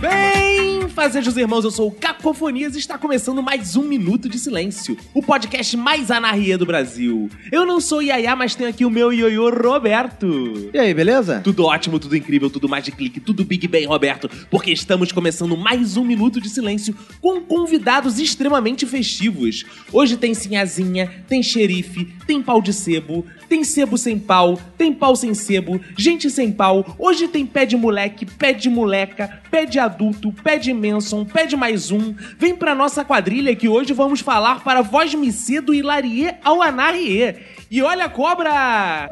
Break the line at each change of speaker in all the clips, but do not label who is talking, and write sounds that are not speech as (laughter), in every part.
Bem, fazejos irmãos, eu sou o Cacofonias e está começando mais um Minuto de Silêncio, o podcast mais anarria do Brasil. Eu não sou Yaya, mas tenho aqui o meu ioiô Roberto.
E aí, beleza?
Tudo ótimo, tudo incrível, tudo mais de clique, tudo Big Bang, Roberto, porque estamos começando mais um Minuto de Silêncio com convidados extremamente festivos. Hoje tem Sinhazinha, tem Xerife, tem Pau de Sebo, tem Sebo Sem Pau, tem Pau Sem Sebo, Gente Sem Pau, hoje tem Pé de Moleque, Pé de Moleca, Pé de Adulto, Pé de Manson, Pé de Mais Um. Vem pra nossa quadrilha que hoje vamos falar para Voz Micedo e Larie ao Anarie. E olha a cobra!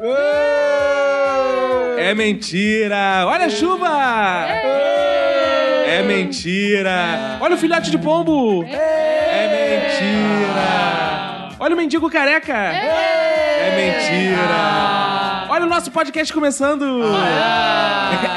É mentira! Olha a chuva! É mentira! Olha o filhote de pombo! É mentira! Olha o mendigo careca! É mentira! Olha o nosso podcast começando! (laughs)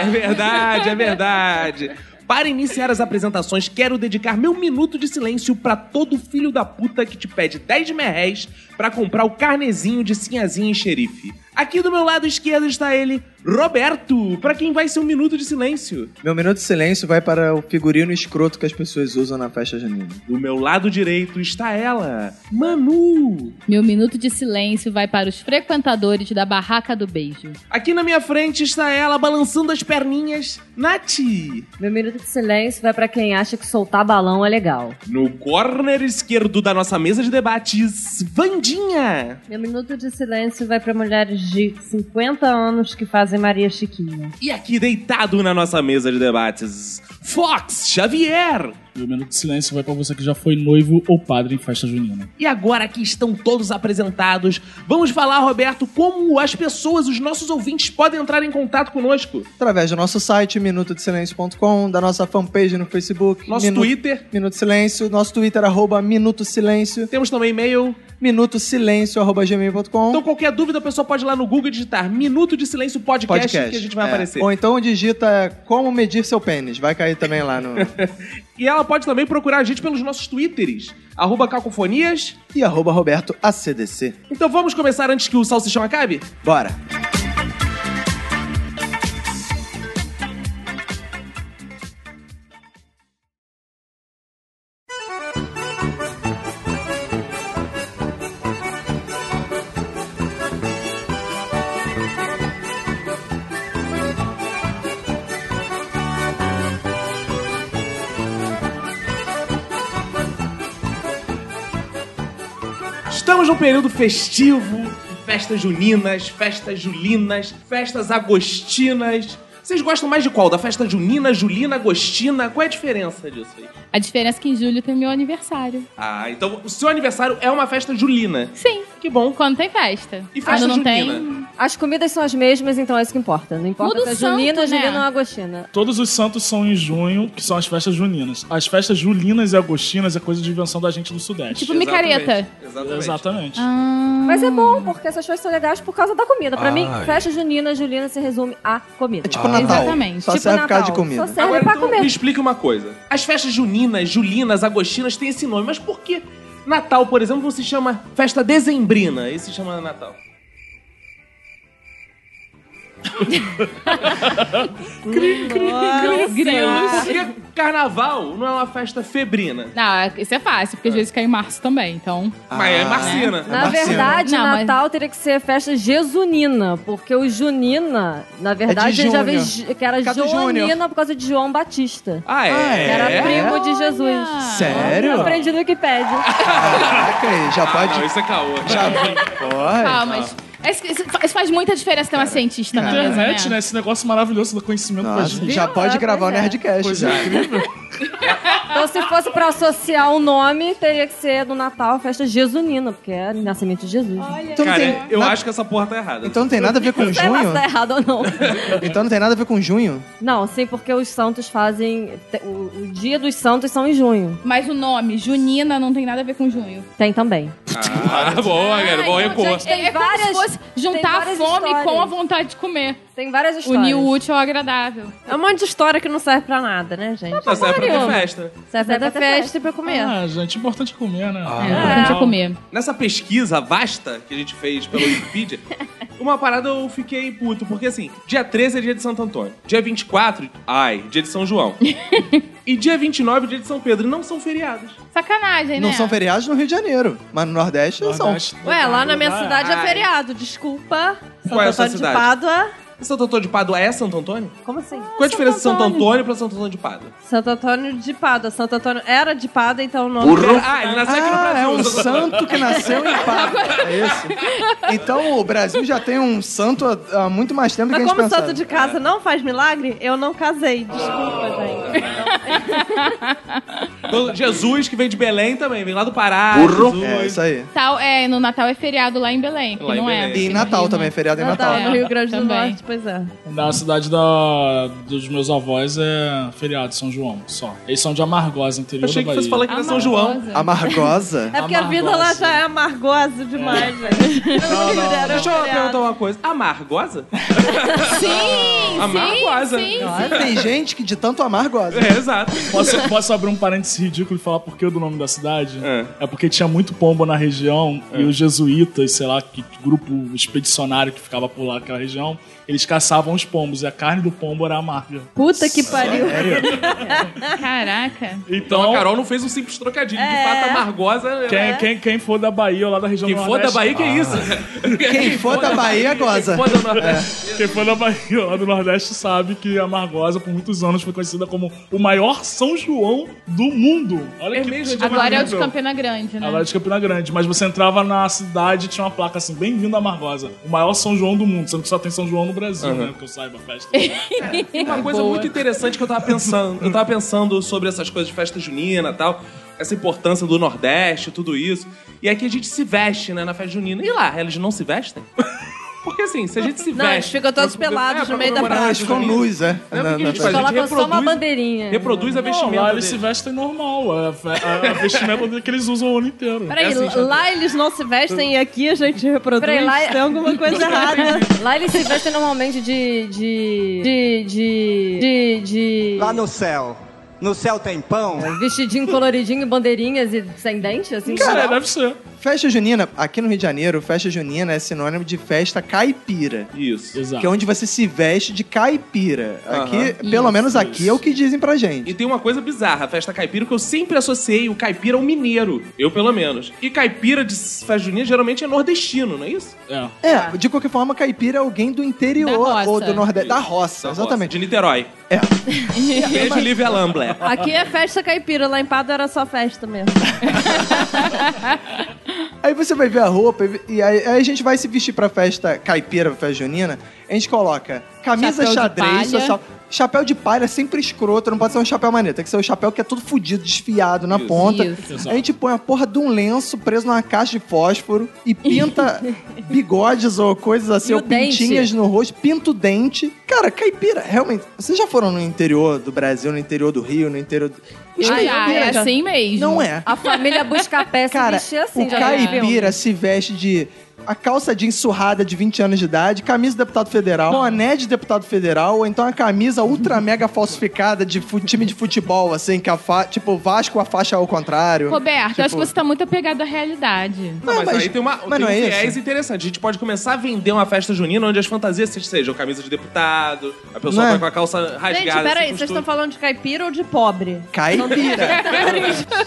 É verdade, é verdade! Para iniciar as apresentações, quero dedicar meu minuto de silêncio pra todo filho da puta que te pede 10 merréis pra comprar o carnezinho de sinhazinha e xerife. Aqui do meu lado esquerdo está ele, Roberto, pra quem vai ser um minuto de silêncio.
Meu minuto de silêncio vai para o figurino escroto que as pessoas usam na festa junina.
Do meu lado direito está ela, Manu.
Meu minuto de silêncio vai para os frequentadores da Barraca do Beijo.
Aqui na minha frente está ela, balançando as perninhas, Nath.
Meu minuto de silêncio vai pra quem acha que soltar balão é legal.
No corner esquerdo da nossa mesa de debates, Vandinha.
Meu minuto de silêncio vai pra mulheres de 50 anos que fazem Maria Chiquinha.
E aqui deitado na nossa mesa de debates, Fox Xavier.
Meu minuto de silêncio vai pra você que já foi noivo ou padre em festa junina.
E agora que estão todos apresentados, vamos falar, Roberto, como as pessoas, os nossos ouvintes, podem entrar em contato conosco.
Através do nosso site, minutosilencio.com, da nossa fanpage no Facebook.
Nosso
Minu-
Twitter.
Minuto Silêncio, nosso Twitter, arroba Minuto Silêncio,
Temos também e-mail.
minutosilêncio, arroba gmail.com.
Então, qualquer dúvida, a pessoa pode ir lá no Google e digitar Minuto de Silêncio Podcast, que a gente vai
é.
aparecer.
Ou então digita como medir seu pênis. Vai cair também lá
(laughs)
no.
E ela pode também procurar a gente pelos nossos twitters, arroba cacofonias.
e arroba Roberto ACDC.
Então vamos começar antes que o salsichão acabe?
Bora!
Estamos num período festivo, festas juninas, festas julinas, festas agostinas. Vocês gostam mais de qual? Da festa junina, julina, agostina? Qual é a diferença disso aí?
A diferença é que em julho tem meu aniversário.
Ah, então o seu aniversário é uma festa julina.
Sim.
Que bom.
Quando tem festa.
Ah,
E festa
Quando não
junina?
tem.
As comidas são as mesmas, então é isso que importa. Não importa
Muda
se
o
é Julina,
santo, né?
Julina ou Agostina.
Todos os santos são em junho, que são as festas juninas. As festas julinas e agostinas é coisa de invenção da gente do Sudeste.
Tipo micareta.
Exatamente.
Exatamente.
Ah,
Mas é bom, porque essas coisas são legais por causa da comida. Pra mim,
Ai.
festa Junina, Julina se resume a comida.
É tipo Natal.
Exatamente.
Só
Tipo
serve por causa de
Natal.
comida.
Só serve
Agora,
pra
então,
comer.
me explique uma coisa. As festas juninas, julinas, agostinas têm esse nome, mas por que Natal, por exemplo, não se chama festa dezembrina? Esse se chama Natal.
Ah.
grilos.
Por que carnaval não é uma festa febrina?
Não, isso é fácil, porque às vezes cai em março também, então.
Ah,
Mas
Ah,
né?
é marcina.
Na
Marciano.
verdade,
Não, mas-
Natal teria que ser festa jesunina, porque o Junina, na verdade, já
É Júnior.
veio ju- que era
Por causa do Júnior.
Joanina por causa de João Batista.
Ah, é?
Ah,
que Era
É?
primo de Jesus.
Sério?
Eu aprendi no Wikipedia.
Caraca, aí, já
Ah,
pode.
não, isso é caô.
Já
É,
pode.
Ah, mas. Isso, isso fa- isso faz muita diferença ter uma cientista
Ah,
na mesa,
né? é
né? Internet, né? Esse negócio maravilhoso do conhecimento da
Nossa,
gente.
já pode
Pois
gravar o
é.
Nerdcast.
Pois
já.
é, incrível.
Então, se fosse pra associar o nome, teria que ser do Natal, festa Jesunina, porque é nascimento de Jesus. Olha.
Então não
Cara,
tem
eu
na-
acho que essa porra tá errada.
Então não tem nada a ver com
Não sei lá se
junho?
tá errado ou não.
Então não tem nada a ver com junho?
Não, sim, porque os santos fazem. te- O, o dia dos santos são em junho.
Mas o nome, Junina, não tem nada a ver com junho.
Tem também.
Ah, boa, galera. Bom
Ah, então,
repor.
gente,
Tem
é, é como se
várias-
fosse juntar a
várias
fome
histórias.
com a vontade de comer.
Tem várias histórias.
Unir o útil ao agradável.
É um monte de história que não serve pra nada, né, gente?
Tá certo pra ter
nenhuma.
festa.
Serve pra
Serve
dar
pra ter
festa e pra comer.
Ah, gente, importante é comer, né?
É importante é comer.
Nessa pesquisa vasta que a gente fez pela Wikipedia, uma parada eu fiquei puto, porque assim, dia 13 é dia de Santo Antônio, dia 24, ai, dia de São João. e dia 29 é dia de São Pedro, e não são feriados.
Sacanagem,
Não
né?
são feriados no Rio de Janeiro, mas no Nordeste,
Nordeste,
Ué, lá na minha
vai.
cidade é
Ai.
feriado, desculpa.
Qual é a sua
Antônio de
cidade?
Pádua.
E Santo Antônio de Pádua é Santo Antônio?
Como assim?
Qual a diferença de Santo Antônio pra Santo Antônio de Pádua?
Santo Antônio de Pádua. Santo Antônio era de Pádua, então o nome dele-
Ah, ele nasceu aqui no
Ah,
Brasil.
é um
Santo Antônio.
santo que nasceu em Pádua. É isso. Então o Brasil já tem um santo há, há muito mais tempo do que a
Mas
gente
como
pensava.
santo de casa
É.
não faz milagre, eu não casei. Desculpa, gente.
Todo- Jesus, que vem de Belém também, vem lá do Pará.
É,
Jesus.
isso aí.
Natal, é, no Natal é feriado lá em Belém, que
Lá em
não é.
Belém.
E
Aqui no
Natal
Rio,
também,
né?
É
feriado em Natal.
Natal, no Rio Grande do
Também.
Norte, pois é.
Na cidade da, dos meus avós é feriado, São João, só. Eles são de Amargosa, interior
Eu achei
da
que
Bahia.
fosse falar que era São João.
Amargosa.
(laughs)
Amargosa?
É porque a vida lá já é amargosa demais,
(laughs)
velho. Não, não,
É. Deixa eu perguntar uma coisa. Amargosa? Ah,
Sim,
Amargosa.
sim, sim.
Tem gente que de tanto amargosa.
É, exato.
Posso, posso abrir um parênteses ridículo e falar por que o do nome da cidade?
É.
porque tinha muito pombo na região e os jesuítas, sei lá, que grupo expedicionário que ficava por lá naquela região, eles caçavam os pombos e a carne do pombo era amarga.
Puta que pariu.
É,
Caraca.
Então
Então,
a Carol não fez um simples trocadilho.
É.
De fato, amargosa. é, né?
É.
é
quem, quem, quem for da Bahia ou lá da região
Quem
do
for da
Nordeste-
Bahia, que é isso?
Ah. (laughs) Quem for da Bahia goza. É.
Quem for da Nordeste.
Quem for da Bahia ou lá do Nordeste sabe que a Amargosa, por muitos anos, foi conhecida como o maior São João do mundo. Olha
É
que
mesmo?
que
Agora é o de
incrível.
Campina Grande, né?
Ela é de Campina Grande, mas você entrava na cidade e tinha uma placa assim, bem-vindo a Margosa, o maior São João do mundo, sendo que só tem São João no Brasil, né? Que eu saiba, festa.
Uma coisa muito interessante que eu tava pensando. Eu tava pensando sobre essas coisas de festa junina e tal. Essa importância do Nordeste, tudo isso. E aqui a gente se veste, né, na festa junina. E lá, eles não se vestem? (laughs) Porque assim, se a gente se
Não,
veste.
eles ficam todos
pra-
pelados
é, pra
no meio da
comemorar a
Elas
festa
ficam
junina.
nus, é.
Não é porque a gente faz, a gente
Colocam só uma
reproduz,
É.
bandeirinha.
reproduz a
Não,
vestimenta.
lá eles se
dele.
vestem normal, é, fe- é a vestimenta que eles usam o ano inteiro.
Peraí,
assim, gente.
lá eles não se vestem e aqui a gente reproduz.
Peraí, lá- é-
Tem alguma coisa errada.
Lá eles se vestem normalmente de. de. de. de. de. de-
Lá no céu. No céu tem pão.
vestidinho coloridinho, bandeirinhas e sem dente, assim.
Cara,
né?
deve ser.
Festa junina, aqui no Rio de Janeiro, festa junina é sinônimo de festa caipira.
Isso.
Que é
Exato.
onde você se veste de caipira. Aqui,
Aham.
pelo
Isso,
menos aqui, é o que dizem pra gente.
E tem uma coisa bizarra, a festa caipira, que eu sempre associei o caipira ao mineiro. Eu, pelo menos. E caipira de festa junina geralmente é nordestino, não é isso?
É.
É, de qualquer forma, caipira é alguém do interior
roça.
ou do nordeste. Da roça,
Da roça,
exatamente.
De Niterói.
É.
(laughs) Beijo, Lívia Lamblé.
Aqui é festa caipira, lá em Pado era só festa mesmo.
Aí você vai ver a roupa e- e aí, aí a gente vai se vestir pra festa caipira, pra festa junina. A gente coloca camisa
Chapéu de
xadrez,
palha.
social. Chapéu de palha é sempre escroto, não pode ser um chapéu maneiro. Tem que ser um chapéu que é todo fudido, desfiado na
Isso.
ponta.
Isso.
A gente põe a porra de um lenço preso numa caixa de fósforo e
(laughs)
pinta bigodes ou coisas assim,
E o
ou pintinhas no rosto, pinta o dente. Cara, caipira, realmente, vocês já foram no interior do Brasil, no interior do Rio, no interior do... Os
Ah, já, é
caipiras-
assim mesmo.
Não é.
A família busca a peça
Cara,
e vestir assim.
o
já viu?
caipira se veste de... A calça jeans surrada de 20 anos de idade, camisa de deputado federal, boné de deputado federal, ou então a camisa
(laughs)
ultra mega falsificada de fu- time de futebol, assim, que a fa... tipo Vasco a faixa ao contrário.
Roberto, eu acho
Tipo-
que você tá muito apegado à realidade.
Não, mas,
mas-
aí tem, uma, tem
mas não
um
é isso?
viés interessante. A gente pode começar a vender uma festa junina onde as fantasias sejam camisa de deputado, a pessoa
Não é?
vai com a calça rasgada.
Gente, peraí,
assim, com
vocês
os
estão falando de caipira ou de pobre?
Caipira.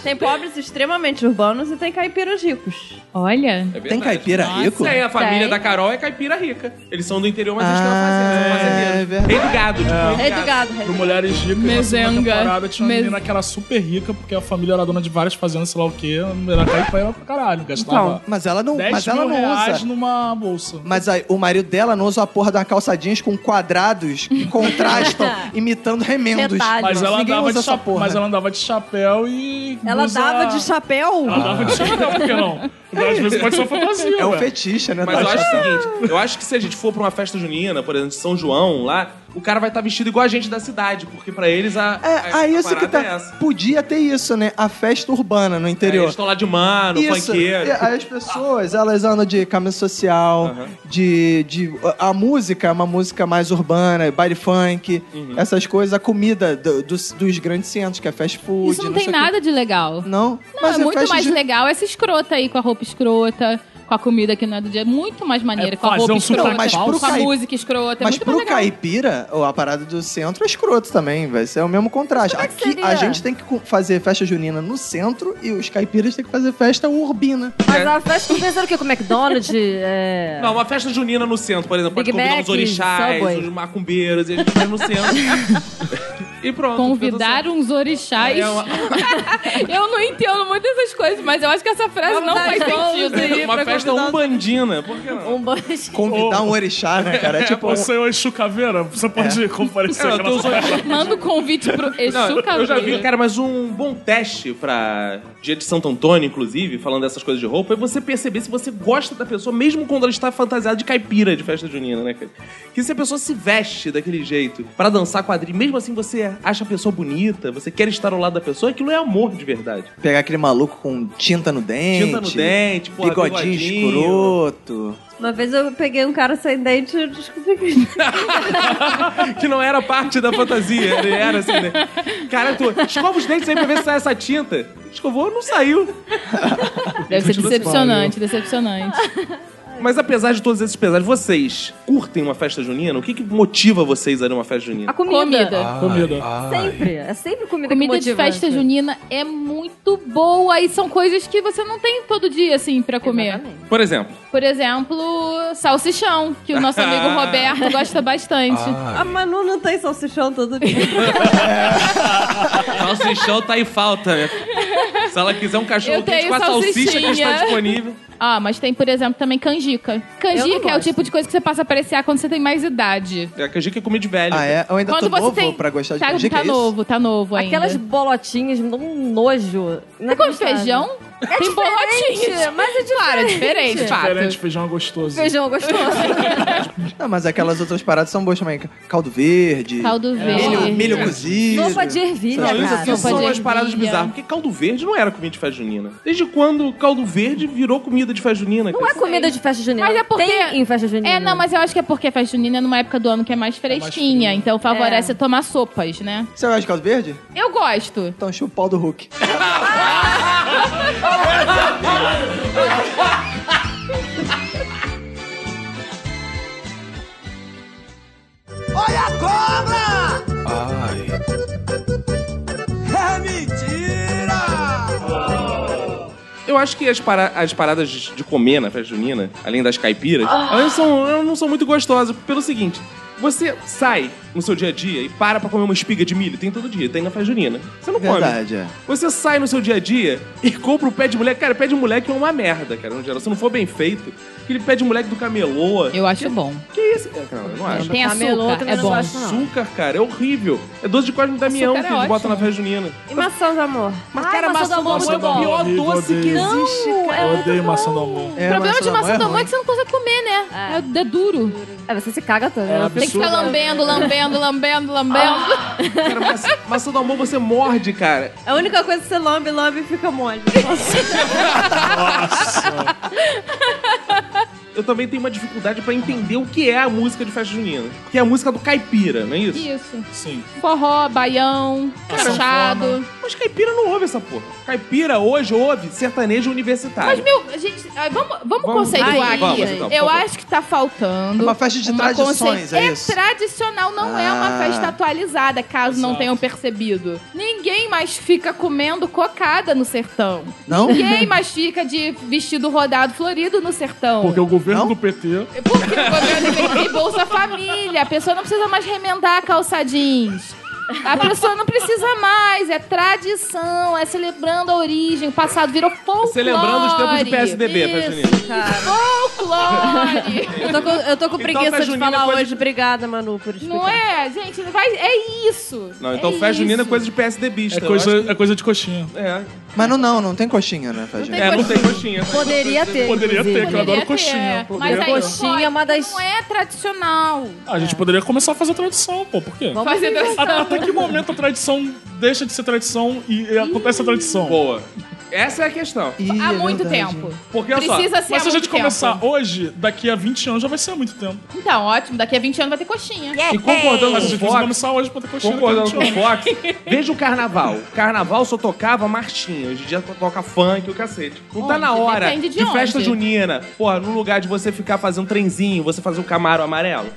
tem pobres extremamente urbanos e tem caipiras ricos.
Olha.
tudo. É
Tem
verdade.
caipira rico?
Tem, a família é
Tem.
da Carol é caipira rica. Eles são do interior, mas eles têm uma fazenda, são
Ah, é
fazendeiros. Rei do gado, tipo,
Rei do gado, rei
Para
do
mulheres ricas, na segunda
Mezenga.
temporada tinha uma
Mes-
menina que era super rica, porque a família era dona de várias fazendas, sei lá o quê. A mulher era caipa ela pra caralho, gastava
Mas ela não,
10
Então, mas ela
mil
não
reais
usa.
numa bolsa.
Mas aí, o marido dela não usa a porra da calça jeans com
(laughs)
quadrados que contrastam, imitando remendos.
Detalhe.
Mas ela,
Ninguém
andava
usa
de
essa
cha-
porra.
mas ela andava de chapéu e.
Ela
blusa-
dava de chapéu?
Ela dava de chapéu, por que não? Às vezes pode ser uma fantasia.
É um
ué.
fetiche, né?
Mas
da
eu acho
gente?
o seguinte, eu acho que se a gente for pra uma festa junina, por exemplo, de São João, lá, o cara vai estar vestido igual a gente da cidade, porque pra eles a,
É,
a,
aí
a
isso que
parada
tá.
é essa. É,
Podia ter isso, né? A festa urbana no
Aí eles
interior.
estão lá de mano,
Isso. É,
panqueiro. tipo,
E Aí as pessoas, elas andam de camisa social, de, de. A música é uma música mais urbana, baile funk,
Uhum.
essas coisas, a comida do- dos, dos grandes centros, que é fast food.
Isso não
sei
tem
o quê.
nada de legal.
Não,
Não,
mas
é muito
festa
mais
de-
legal essa escrota aí com a roupa escrota, com a comida que não é do dia. Muito mais maneira
É
com a
fazer
roupa
um sotaque
escrota,
falso.
com a
Mas pro
música escrota. é
Mas
muito
pro
mais legal.
caipira, ou a parada do centro é escroto também, vai ser o mesmo contraste.
Mas como é que
Aqui a
seria?
gente tem que cu- fazer festa junina no centro e os caipiras têm que fazer festa urbina.
Mas a festa pensando o quê? Com McDonald's? É...
Não, uma festa junina no centro, por exemplo, pode
Big
convidar
Mac,
uns orixás,
Subway.
uns macumbeiros, e a gente vai no centro.
(laughs)
e pronto.
Convidar uns orixás.
É uma-
(laughs) eu não entendo muito essas coisas, mas eu acho que essa frase não faz sentido.
festa- Uma festa umbandina, por que não?
Um banjo.
Convidar um orixá, né, cara?
(laughs)
É tipo.
Ô, senhor um Exu Caveira, você pode comparecer
É,
aqui
tem
na
os
nossa
orixás.
Manda o convite pro
Não,
Exu
eu já vi,
Caveira.
cara, mas um bom teste pra dia de Santo Antônio, inclusive, falando dessas coisas de roupa, é você perceber se você gosta da pessoa, mesmo quando ela está fantasiada de caipira de festa junina, né, cara? Que se a pessoa se veste daquele jeito pra dançar quadrilha, mesmo assim você acha a pessoa bonita, você quer estar ao lado da pessoa, aquilo é amor de verdade. (laughs)
Pegar aquele maluco com tinta no dente.
Tinta no dente, pô,
bigodinho escroto.
Uma vez eu peguei um cara sem dente e eu descobri que
que não era parte da fantasia. Ele era assim, né? Cara, tu escova os dentes aí pra ver se sai essa tinta. Escovou, não saiu.
Deve ser decepcionante, decepcionante.
Mas apesar de todos esses pesares, vocês curtem uma festa junina? O que, que motiva vocês a ir numa festa
A
junina?
comida. Ah.
Comida.
comida.
Sempre. É sempre comida que
Comida de
motiva,
festa
assim.
junina é muito boa e são coisas que você não tem todo dia, assim, pra comer.
Exatamente.
Por exemplo,
Por exemplo, salsichão, que o
(laughs)
nosso amigo Roberto gosta bastante.
Ah.
a Manu não tem salsichão todo dia.
salsichão tá em falta, né? Se ela quiser um cachorro
Eu
quente
tenho
com a salsicha que está
salsichinha.
disponível.
Ah, mas tem, por exemplo, também canjica.
Eu não
Canjica é o
gosto.
tipo de coisa que você passa a apreciar quando você tem mais idade.
É, canjica é comida de velho.
Ah, é? Eu ainda tô
quando você
novo
tem.
pra gostar de
tá,
canjica,
tá
é isso?
novo, tá novo ainda.
Aquelas bolotinhas me dão um nojo.
Você come feijão? tem bolotinhas.
Mas é diferente.
Claro, é diferente, de fato.
Diferente, feijão é gostoso.
Feijão gostoso.
Não, mas aquelas outras paradas são boas também. Caldo verde.
Caldo
Milho,
verde.
milho cozido.
Sopa de ervilha,
É
Não, isso é assim,
cara.
aqui
Sopa
são
de
umas paradas
ervilha.
bizarras, porque caldo verde não era comida de festa junina. Desde quando caldo verde virou comida de festa junina?
Não
cara?
é comida de festa junina.
Mas é porque-
Tem em festa junina.
É, não, mas eu acho que é porque a festa junina é numa época do ano que é mais fresquinha, então favorece tomar sopas, né?
Você gosta de caldo verde?
Eu gosto.
Então chupa o pau do Hulk.
Olha a cobra! Ai. É mentira!
Eu acho que as, para- as paradas de de comer na festa junina, além das caipiras, elas, são- elas não são muito gostosas. Pelo seguinte, você sai no seu dia a dia e para pra comer uma espiga de milho. Tem todo dia, tem na festa junina. Você não come.
Verdade, é.
Você sai no seu dia a dia e compra o pé de moleque. Cara, pé de moleque é uma merda, cara, no geral. Se não for bem feito, aquele pé de moleque do camelô.
Eu acho bom.
Que isso? É, cara, eu não acho.
Tem
Camelô
açúcar,
também
é
não
bom.
gosto.
Açúcar, cara, é horrível. É doce de cosme Damião
Açúcar
que
é
eles botam
ótimo.
na festa junina.
E maçã do amor.
Mas,
Ai,
cara,
maçã do amor é
é o
muito bom.
pior
Horrível,
doce que
odeio.
existe, cara.
Eu odeio maçã do amor.
É,
o problema de
é
maçã do
ruim.
amor é que você não consegue comer, né? É, é duro.
É, você se caga todo.
É
né?
Tem que ficar
absurdo.
lambendo, lambendo, lambendo, lambendo.
Cara, maçã, maçã do amor você morde, cara.
É a única coisa que você lambe, lambe e fica
(laughs)
mole.
Eu também tenho uma dificuldade pra entender o que é a música de festa junina. Que é a música do caipira, não é isso?
Isso.
Sim.
Forró, baião,
sanfona.
cachado.
Mas caipira não ouve essa porra. Caipira hoje ouve sertanejo
Mas,
universitário.
meu, gente, ah, vamos, vamos,
Vamos-
conceituar
Ai,
aqui.
vamos, então, por
eu
favor.
acho que tá faltando.
É uma festa de tradições,
conce-
é isso?
tradicional, não é uma
Ah.
festa atualizada, caso não
Exato.
tenham percebido. Ninguém mais fica comendo cocada no sertão.
Não?
Ninguém mais fica de vestido rodado florido no sertão.
Porque o governo
Não?
do é PT.
Porque o governo vem de Bolsa Família. A pessoa não precisa mais remendar a calça jeans. A pessoa não precisa mais. É tradição, é celebrando a origem. O passado virou um folclore.
Celebrando os tempos do PSDB, Fajunina.
Folclore!
Eu tô com, eu tô com
Então,
preguiça
festa
de
junina é
falar
coisa
hoje.
de-
Obrigada, Manu, por explicar.
Não é, gente? Vai, é isso.
Não, então
é
festa junina é
isso.
coisa de PSDBista.
É
eu
coisa,
acho.
é coisa de coxinha.
É,
Mas não, não, não tem coxinha, né, Fajinha?
é não tem coxinha. mas-
Poderia ter.
Poderia ter, que eu
Poderia
adoro
ter, é.
coxinha.
Mas aí
Coxinha
não pode,
é uma das-
Não é tradicional.
A gente poderia começar a fazer tradição, pô. Por quê?
Vamos
Fazer
ver.
Até, até que momento a tradição deixa de ser tradição e, e acontece a tradição?
Boa. Essa é a questão.
Ih,
Há
é
muito
verdade.
tempo.
Porque olha só.
Precisa ser há
Mas se a gente
é muito tempo.
começar hoje, daqui a 20 anos já vai ser há muito tempo.
Então, ótimo. Daqui a 20 anos vai ter coxinha.
E concordando
É,
Mas a
com o
gente precisa
Fox,
começar hoje pra ter coxinha. daqui a
concordando
20
com o
anos.
(laughs)
Fox, veja o carnaval. O carnaval só tocava marchinha. Hoje em dia toca funk, o cacete. Não tá
Onde?
na hora
Depende de
de festa
onde.
junina. Porra, no lugar de você ficar fazendo trenzinho, você fazer um camaro amarelo.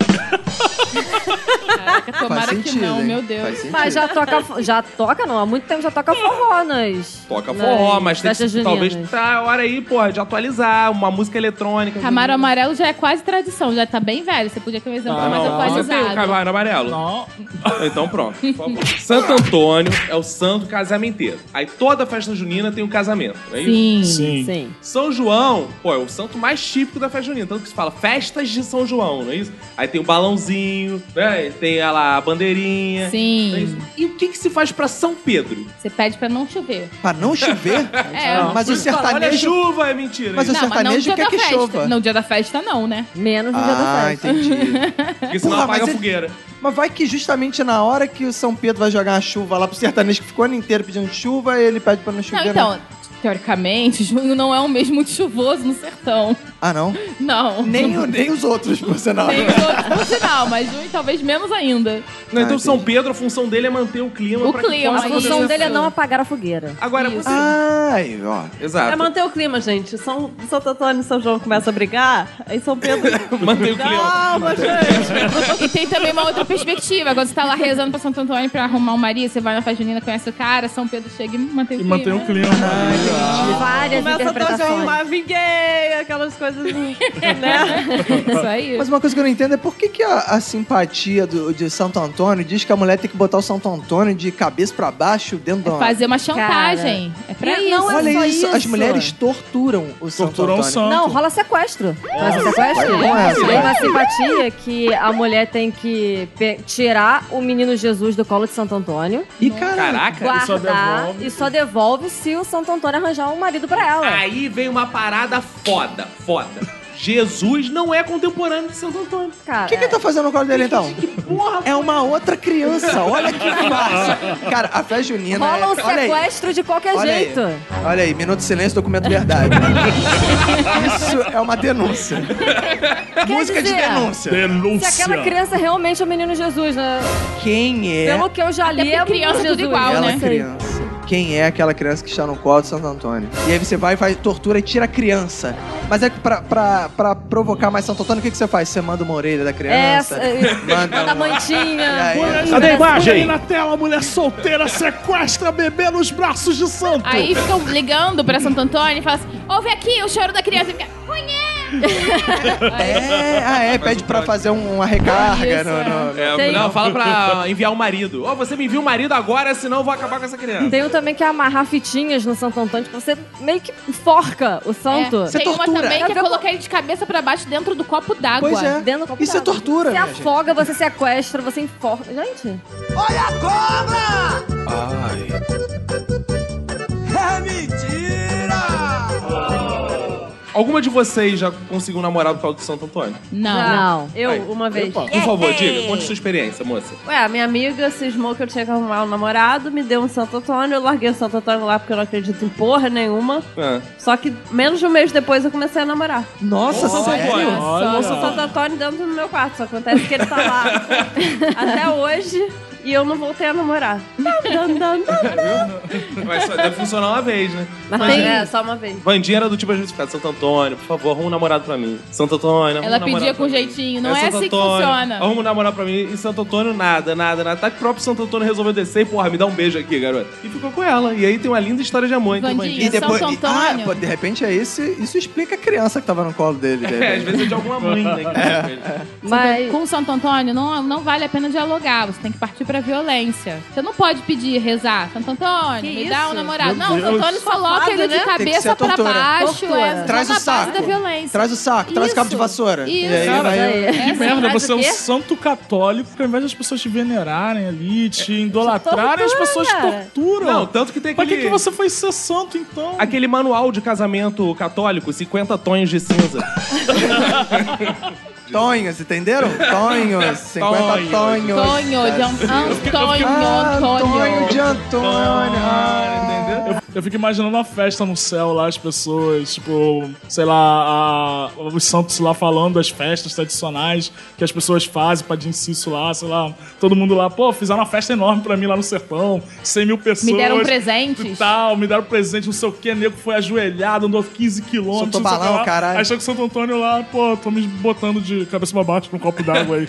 Tomara
Faz
que
sentido,
não,
hein?
meu Deus.
Faz sentido.
Mas já toca. fo- Já toca, não. Há muito tempo já toca forró nas.
Toca
nas
é
forró, mas tem
festas
que, talvez
juninas.
tá a hora aí, porra, de atualizar uma música eletrônica.
Camaro amarelo já é quase tradição, já tá bem velho. Você podia ter um exemplo
Ah, não,
mais
você tem o
atualizado.
camaro amarelo?
Não,
(laughs) Então pronto, por favor. Santo Antônio é o santo casamenteiro. Aí toda festa junina tem um casamento, não é isso?
Sim.
sim.
Sim.
São João, pô, é o santo mais típico da festa junina. Tanto que se fala festas de São João, não é isso? Aí tem o balãozinho, né? Tem a lá a bandeirinha.
Sim.
não é isso? E o que, que se faz pra São Pedro?
Você pede pra não chover.
Pra não chover?
É,
Mas o
Olha a
sertanejo...
chuva, é mentira.
Mas o
não, mas não
sertanejo
no dia
quer
da
que
festa.
chova.
Não, dia da festa não, né?
Menos no dia da
Ah,
festa.
entendi.
Porque senão
Porra,
apaga
mas
a
é-
fogueira.
Mas vai que justamente na hora que o São Pedro vai jogar uma chuva lá pro sertanejo que ficou ano inteiro pedindo chuva, ele pede pra não chover.
Não,
né?
então, teoricamente, (laughs) junho não é um mês muito chuvoso no sertão.
Ah, não?
Não.
Nem, o- nem os outros, por sinal.
Nem os outros por sinal, mas junho talvez menos ainda.
Não,
Ah,
então
entendi.
São Pedro, a função dele é manter o clima.
O
pra que
clima,
possa
A
Mas
acontecer
função
isso.
dele é não apagar a fogueira.
Agora, você...
Ah, Ai, ó.
Exato.
É manter o clima, gente. São, Santo Antônio e São João começam a brigar, aí São
(laughs)
Pedro.
Manter o clima.
Calma, gente.
E tem também uma outra perspectiva. Quando você tá lá rezando pra Santo Antônio pra arrumar um marido, você vai na festa junina, conhece o cara, São Pedro chega e mantém o
E
clima.
mantém o clima. né?
Várias
Começa a fazer
interpretações.
uma vinguei, aquelas coisas, (laughs) né?
Isso aí.
Mas uma coisa que eu não entendo é por que, que a, a simpatia do, de Santo Antônio diz que a mulher tem que botar o Santo Antônio de cabeça pra baixo dentro da.
É Fazer uma chantagem. é pra
E
isso.
não é
Olha
só
isso, as
isso.
mulheres torturam o Santo
Torturar o
Antônio.
santo.
Não, rola sequestro. Faz um sequestro?
Não é,
Tem
é.
uma simpatia que a mulher tem que pe- tirar o menino Jesus do colo de Santo Antônio,
E cara,
Caraca.
guardar
só devolve.
e só devolve se o Santo Antônio arranjar um marido pra ela.
Ah.
Aí vem uma parada foda, foda. Jesus não é contemporâneo de Santo Antônio.
cara.
o que, que ele tá fazendo no colo dele então? É uma outra criança. Olha que
(laughs)
massa. Cara, a fé junina. é-
Rola um
Olha aí.
sequestro de qualquer
Olha aí.
jeito.
Olha aí, minuto de silêncio, documento verdade. Isso é uma denúncia. Música de
dizer,
denúncia.
Denúncia.
Se aquela criança realmente é o menino Jesus, né?
Quem é
Pelo que eu já
Até
li,
porque
é o menino
criança é tudo
Jesus.
igual,
aquela
né?
criança? Quem é aquela criança que está no colo de Santo Antônio? E aí você vai, vai, tortura e tira a criança. Mas é que pra, pra, pra provocar mais Santo Antônio, o que, que você faz? Você manda uma orelha da
É,
criança? Manda
manda
um-
mantinha.
Aí,
Põe aí,
Cadê a imagem?
põe aí na tela, mulher solteira sequestra bebê nos braços de santo.
Aí ficam ligando pra Santo Antônio e falam assim: ouve aqui o choro da criança. E fica, "Conhece!"
É, ah, é, pede pra fazer um- uma recarga.
Isso,
no- no-
É,
Tem-
não, fala pra enviar o marido. Ó, você me envia o marido agora, senão eu vou acabar com essa criança.
Tem um também que é amarrar fitinhas no Santo Antônio, que você meio que forca o santo.
É,
Você
Tem uma
tortura.
também que
Tá
é
vendo?
colocar ele de cabeça pra baixo dentro do copo d'água.
Pois é.
Dentro do copo
Isso é
d'água.
tortura,
Você
minha gente.
afoga, você sequestra, você enforca. Gente,
Olha a cobra!
Ai,
É mentira!
Alguma de vocês já conseguiu um namorado por causa do Santo Antônio?
Não.
Eu,
Aí.
uma vez.
Por
É,
favor, diga. Conte sua experiência, moça.
Ué, a minha amiga cismou que eu tinha que arrumar um namorado, me deu um Santo Antônio, eu larguei o Santo Antônio lá porque eu não acredito em porra nenhuma.
Ah.
Só que menos de um mês depois eu comecei a namorar.
Nossa,
Santo
sério?
Antônio.
O Santo Antônio dentro do meu quarto, só acontece que ele tá lá até hoje e eu não voltei a namorar.
Mas só- deve funcionar uma vez, né?
Mas
Mas tem-
é, só uma vez.
Vandinha era do tipo, a gente ficava, Santo Antônio, por favor, arruma um namorado pra mim. Santo Antônio, arruma
Ela
um namorado
pedia
pra
com
mim.
jeitinho. Não é,
Santo
assim que
Antônio,
funciona.
Arruma um namorado pra mim. E Santo Antônio, nada, nada, nada. Tá que o próprio Santo Antônio resolveu descer e, porra, me dá um beijo aqui, garoto. E ficou com ela. E aí tem uma linda história de amor entre o
Vandinha.
Vandinha.
Santo Antônio.
Ah, pô, de repente é esse. Isso explica a criança que tava no
(laughs)
colo dele. de
É, às
repente.
vezes é de alguma mãe, né? que tá com ele.
Mas
Com Santo Antônio, não, não vale a pena dialogar. Você tem que partir pra violência. Você não pode pedir, rezar. Santo Antônio,
Que
me
isso?
dá um namorado.
Meu
não, Santo
Deus.
Antônio coloca ele de
né?
Tem que ser
cabeça pra
tortura.
baixo.
Tortura.
É,
Traz
só
o
na base
saco.
da violência.
Traz o saco, traz
Isso.
o cabo de vassoura. E
Isso.
aí
Cara,
vai-
é.
Essa
Que merda,
faz o
você é um
quê?
santo católico que ao invés das pessoas te venerarem ali, te idolatrarem, as pessoas te torturam.
Não, tanto que tem
Pra
aquele...
que, que você foi ser santo, então?
Aquele manual de casamento católico, 50 tons de cinza.
(laughs) Tonhos,
(laughs)
entenderam? Tonhos, 50
Tonhos.
tonhos.
Antônio, de An- Antônio,
Ah, Antônio de
Antônio.
Antônio. Ah,
Entendeu?
Eu fico imaginando uma festa no céu lá, as pessoas, tipo, sei lá, a- os santos lá falando as festas tradicionais que as pessoas fazem pra de inciso lá, sei lá, todo mundo lá, pô, fizeram uma festa enorme pra mim lá no sertão, 100 mil pessoas.
Me deram
e
presentes.
tal, me deram presente, não sei o que, nego foi ajoelhado, andou 15 quilômetros.
Soltou
não sei o que
balão,
lá.
caralho.
Aí chega o Santo Antônio lá, pô, tô me botando de cabeça pra baixo pra um copo
(laughs)
d'água aí.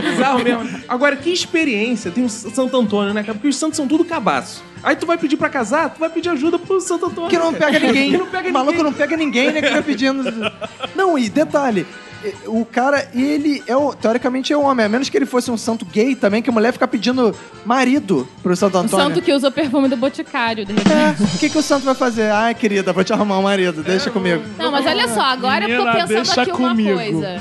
Bizarro mesmo. Agora, que experiência tem o S- Santo Antônio, né, cara? Porque os santos são tudo cabaço. Aí tu vai pedir pra casar, tu vai pedir ajuda pro Santo Antônio.
Que não
cara.
pega ninguém.
Que não pega
o maluco
ninguém.
não pega ninguém, né? Que fica pedindo. Não, e detalhe. O cara, ele é o- teoricamente é um homem, a menos que ele fosse um santo gay também, que a mulher fica pedindo marido pro Santo
O
Antônio.
Um santo que usa o perfume do Boticário. de repente.
É, o que, que o santo vai fazer? Ai, querida, vou te arrumar um marido, deixa
É.
comigo.
Não, mas olha só, agora eu
Menina,
tô pensando
deixa
aqui uma
comigo.
coisa.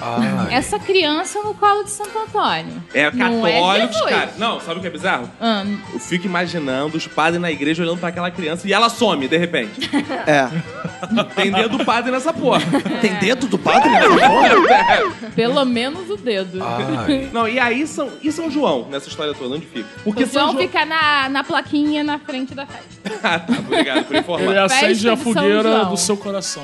Essa criança no colo de Santo Antônio.
É
Não é
católicos,
Jesus.
cara. Não, sabe o que é bizarro?
Ah,
Eu fico imaginando os padres na igreja olhando pra aquela criança e ela some, de repente.
É.
Tem dedo do padre nessa porra. (laughs)
Tem dedo do padre?
pelo menos o dedo.
Ah.
Não, e aí são, e São João, nessa história toda, onde fica? Porque
o João
São João...
fica na, na plaquinha na frente da festa.
Ah, tá, obrigado por informar.
Ele acende a
de São
fogueira
João.
do seu coração.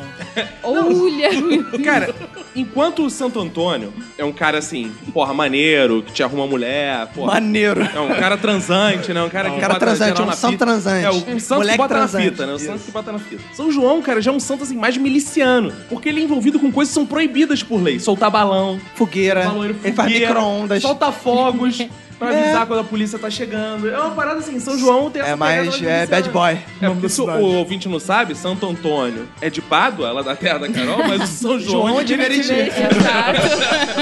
Olha!
Cara, enquanto o Santo Antônio é um cara assim, porra, maneiro, que te arruma mulher, porra.
Maneiro.
É um cara transante, né? Um cara que
Um cara
bota
transante,
geral
um
na
santo
fita.
transante.
É, o santo que
Moleque
bota
transante,
na fita, né? O santo
isso.
que bota na fita. São João, cara, já é um santo assim, mais miliciano. Porque ele é envolvido com coisas que são proibidas por lei. Soltar balão,
Fogueira.
baloeiro
É. Ele faz
fogueira,
micro-ondas.
Solta
(laughs)
fogos pra
É.
avisar quando a polícia tá chegando. É uma parada assim, São João tem essa
É
pegada
mais
miliciana.
é, bad boy.
É,
Nome
porque
da
se o
cidade.
ouvinte não sabe, Santo Antônio é de Pádua, lá da terra da Carol, mas o São João, é
João (laughs) de Meriti.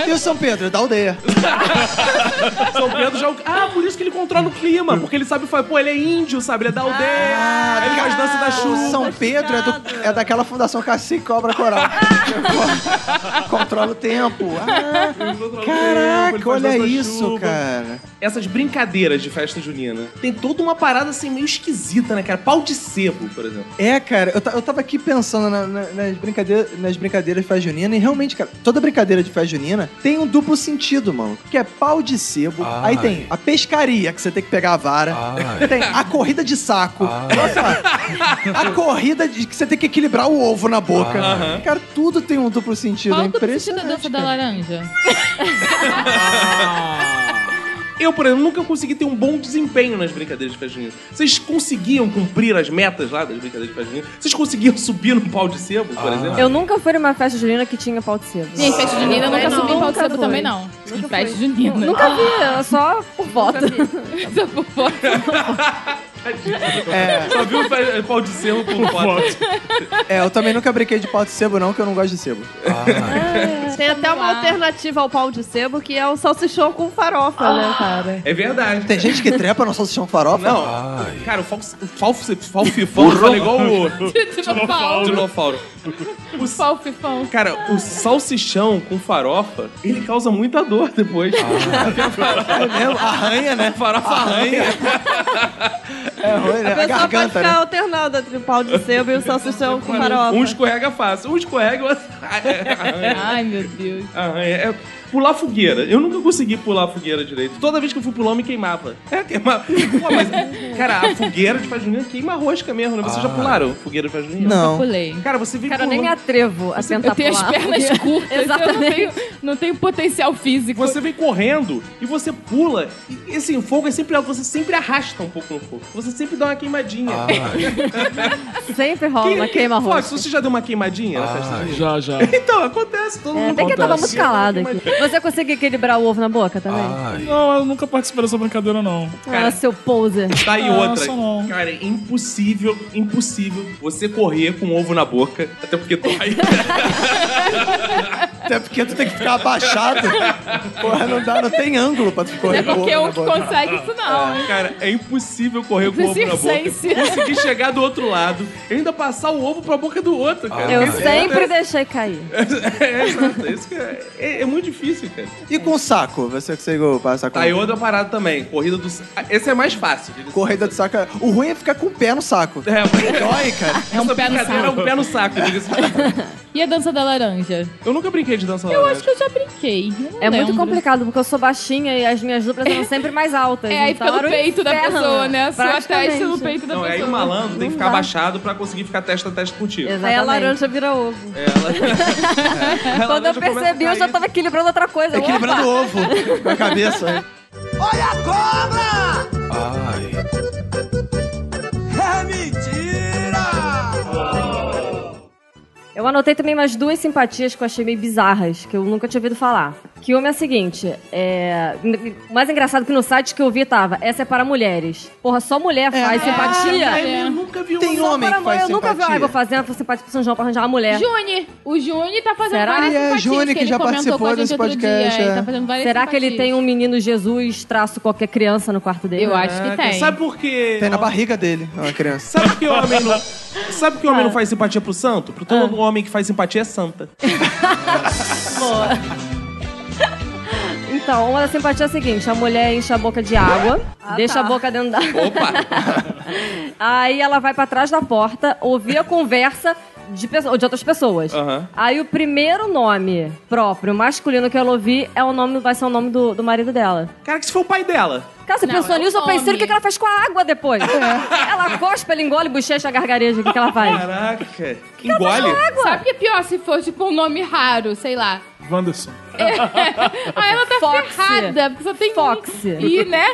E o São Pedro, é da aldeia.
(laughs) São Pedro já. é o- Ah, por isso que ele controla o clima. Porque ele sabe, pô, ele é índio, sabe? Ele é da aldeia. ele faz dança é da chuva.
Ah, São Pedro é, do- é daquela fundação Cacique Cobra
(laughs)
Coral. Controla o tempo. Ah,
Ele controla o tempo, ele
caraca,
faz dança
olha
da
isso,
chuva.
cara.
Essas brincadeiras de festa junina. Tem toda uma parada assim meio esquisita, né, cara? Pau de sebo, por exemplo.
É, cara, eu, ta- eu tava aqui pensando na- na- nas, brincadeiras, nas brincadeiras de festa junina e realmente, cara, toda brincadeira de festa junina tem um duplo sentido, mano. Que é pau de sebo,
Ah,
aí
é.
tem a pescaria, que você tem que pegar a vara, tem a corrida de saco, nossa, a corrida de, que você tem que equilibrar o ovo na boca.
Aham.
Cara, tudo tem um duplo sentido, é
Qual do vestido da
impressionante.
dança da
cara.
laranja?
Eu, por exemplo, nunca consegui ter um bom desempenho nas brincadeiras de festa junina. Vocês conseguiam cumprir as metas lá das brincadeiras de festa junina? Vocês conseguiam subir num pau de sebo, por
Ah.
exemplo?
Eu nunca fui numa festa junina que tinha pau de sebo.
Gente, festa junina eu nunca
Não,
subi em pau de
nunca
sebo
foi.
também, não. Em festa junina.
Nunca vi, eu só por voto.
Só por fora.
É,
Só viu fe- pau de sebo por
(laughs)
fora.
é, eu também nunca brinquei de pau de sebo não, que eu não gosto de sebo.
Tem até uma
lá.
alternativa ao pau de sebo, que é o salsichão com farofa, né, cara?
É verdade.
Tem gente que trepa no salsichão farofa?
Não, cara, o falso, falso, falso, falso, falso, falso, falso, igual o
Não falo.
Dinofauro.
O salfifão.
Cara, o salsichão com farofa, ele causa muita dor depois. (laughs)
É mesmo? Arranha, né?
Farofa arranha.
É ruim, né?
A
A
pessoa pode
garganta,
ficar
né?
alternando entre o pau de sebo e o
Então,
salsichão com farofa.
Um escorrega fácil, um escorrega e o outro (laughs) arranha.
Ai, meu Deus.
arranha. É pular fogueira. Eu nunca consegui pular fogueira direito. Toda vez que eu fui pular, eu me queimava. (laughs) É, queimava. Pô, mas, cara, a fogueira de faz junina queima a rosca mesmo, né? Vocês já pularam fogueira de faz junina?
Eu
Não.
pulei.
Cara, você vive
Cara, eu nem me
pulando...
atrevo a tentar
Eu tenho as
pular. (laughs)
pernas curtas, então
Exatamente.
eu não tenho, não tenho potencial físico.
Você vem correndo e você pula, e e, assim, o fogo é sempre alto, você sempre arrasta um pouco no fogo. Você sempre dá uma queimadinha.
Sempre rola, queima
Fox,
rosto.
você já deu uma queimadinha na festa junina?
Já, já.
Então, acontece, todo
É,
mundo.
até que eu tava muito
acontece.
calada aqui. Você conseguiu equilibrar o ovo na boca também?
Não, eu nunca participei dessa brincadeira, não.
cara.
Ah, seu poser.
Tá aí
Nossa,
outra.
não.
Cara, é impossível, impossível você correr com ovo na boca, até porque dói.
Até porque tu tem que ficar abaixado. Porra, não dá, não tem ângulo pra tu
Não
correr.
é qualquer um que consegue isso, não.
Cara, né, é impossível correr com o ovo
Precisa
na boca.
sense.
Conseguir chegar do outro lado e ainda passar o ovo pra boca do outro, cara.
Eu
Isso-
sempre deixei cair.
É, exato. Isso que é, é- é muito difícil, cara.
E com saco? Você conseguiu passar com
Tá aí outra parada também. Corrida do... sa- Ah, Esse é mais fácil. diga-se.
Corrida de saco. é- O ruim é ficar com o pé no saco.
Tá
É,
Dói, cara.
É
essa
um pé no
brincadeira
saco.
é um pé no saco. diga-se.
E a dança da laranja?
Eu nunca brinquei de dança
Eu
laranja.
acho que eu já brinquei. eu não
É muito
lembro.
complicado, porque eu sou baixinha e as minhas duplas são sempre mais altas.
(laughs) É, aí
então
fica no
era um
peito da
inferno,
pessoa, né? A Sua
praticamente.
testa no peito da
Não, é
pessoa.
aí o malandro tem que ficar
dá.
abaixado pra conseguir ficar testa a testa contigo.
Exatamente.
Aí a laranja vira ovo.
Ela... Ela
Quando eu
já É, começa a
percebi, eu já
cair.
tava equilibrando outra coisa.
Equilibrando o ovo com a cabeça.
Olha a cobra!
Ai,
É mentira!
Eu anotei também mais duas simpatias que eu achei meio bizarras, que eu nunca tinha ouvido falar. Que uma é a seguinte, é... O mais engraçado que no site que eu vi tava, essa é para mulheres. Porra, só mulher faz simpatia.
Ah,
Eu nunca vi um
É. Tem
Só
homem
para
que faz
mulher. Eu nunca vi, ah,
simpatia.
vou fazer uma simpatia pro São João pra arranjar uma mulher.
Juni! O Juni tá fazendo
Será?
várias
Ah, é,
simpatias.
Juni que
ele
já
comentou
participou
com a gente
desse
outro
podcast, é.
Dia, ele tá fazendo várias
Será que ele
simpatias.
tem um menino Jesus traço qualquer criança no quarto dele?
Eu acho que tem.
Sabe por quê?
Tem na barriga dele, uma criança.
Sabe por que homem não... Sabe por que homem
Ah.
não faz simpatia pro santo? Pro todo homem que faz simpatia é santa.
Então, uma da simpatia é a seguinte: a mulher enche a boca de água, deixa a boca dentro da.
Opa!
(laughs) Aí ela vai pra trás da porta, ouvir a conversa de, pesso- de outras pessoas.
Aham.
Aí o primeiro nome próprio, masculino que ela ouvir, é o nome, vai ser o nome do, do marido dela.
Cara, que se for o pai dela.
Cara, você
Não,
pensou
é o
nisso? Eu pensei
nome.
o que que ela faz com a água
(laughs)
depois. Ela cospe, ela engole, bochecha, gargareja. O que, que ela faz?
Caraca. Engole.
Sabe o que é pior se for, tipo, um nome raro, sei lá.
Wanderson.
(laughs) Aí ela tá
Foxy.
ferrada, porque só tem...
Foxy.
I, né?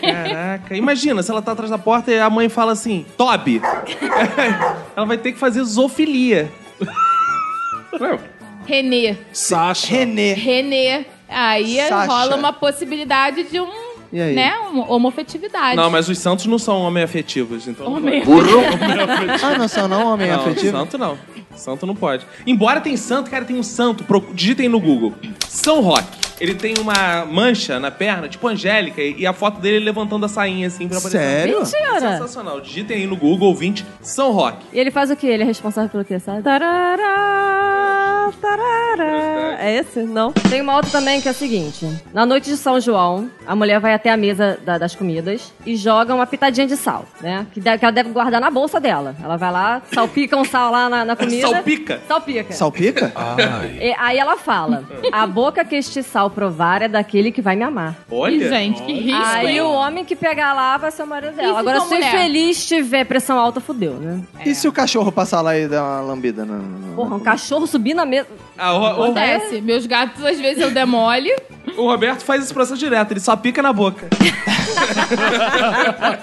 Caraca. Imagina se ela tá atrás da porta e a mãe fala assim, Toby. (laughs) ela vai ter que fazer zoofilia.
Renê.
Sasha.
Renê.
Renê. Aí
Sasha.
rola uma possibilidade de um...
E aí?
Né? Um, homofetividade.
Não, mas os santos não são homem afetivos, então... não
Homem.
Ah, não são não homem
Não,
afetivo?
santo não. Santo não pode. Embora tem santo, cara, tem um santo. Pro... Digitem no Google. São Roque. Ele tem uma mancha na perna, tipo Angélica, e e a foto dele levantando a sainha assim pra aparecer.
Sério?
Mentira!
Sensacional. Digitem aí no Google, ouvinte, São Roque.
E ele faz o quê? Ele é responsável pelo quê, sabe?
Tarará, tarará. É esse? Não?
Tem uma outra também que é a seguinte: na noite de São João, a mulher vai até a mesa da- das comidas e joga uma pitadinha de sal, né? Que, de- que ela deve guardar na bolsa dela. Ela vai lá, salpica um sal lá na, na comida.
Salpica?
Salpica.
Salpica?
ai.
E aí ela fala: a boca que este sal provar é daquele que vai me amar.
Ih,
Olha.
gente, que risco,
aí
hein?
o homem que pegar lá vai ser o
E
marido
se
dela. Agora,
for
se o
mulher?
infeliz tiver pressão alta, fudeu, né?
E se o cachorro passar lá e dar uma lambida? na- na- na-
Porra, um cachorro subir na mesa.
Ah, o, o-
Acontece. Meus gatos, às vezes, eu demole.
o Roberto faz esse processo direto, ele só pica na boca.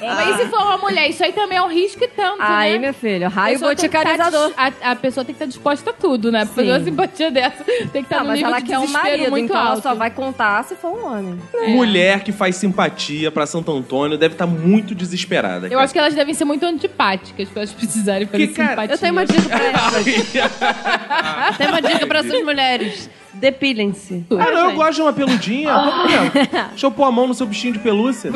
Mas e se for uma mulher? Isso aí também é um risco e tanto,
Aí,
né?
Ah. meu filho,
A
raio
pessoa tem que tá
boticarizador.
dis- A, a pessoa tem que estar disposta a tudo, né? Pra fazer
Sim.
uma simpatia dessa, tem que estar
Tá,
no
mas
nível
ela
de
quer um
desespero
marido,
muito
então ela
alto.
só vai contar se for um homem.
É.
Mulher que faz simpatia pra Santo Antônio deve estar muito desesperada.
Eu acho que elas devem ser muito antipáticas pra elas (laughs) precisarem fazer
Que, cara,
simpatia.
Eu tenho uma dica
(laughs)
pra ela.
é
que...
Tem uma dica pra essas mulheres. Depilem-se.
(laughs) Ah, não, eu gosto de uma peludinha.
Ah.
Qual o problema? Deixa eu pôr a mão no seu bichinho de pelúcia.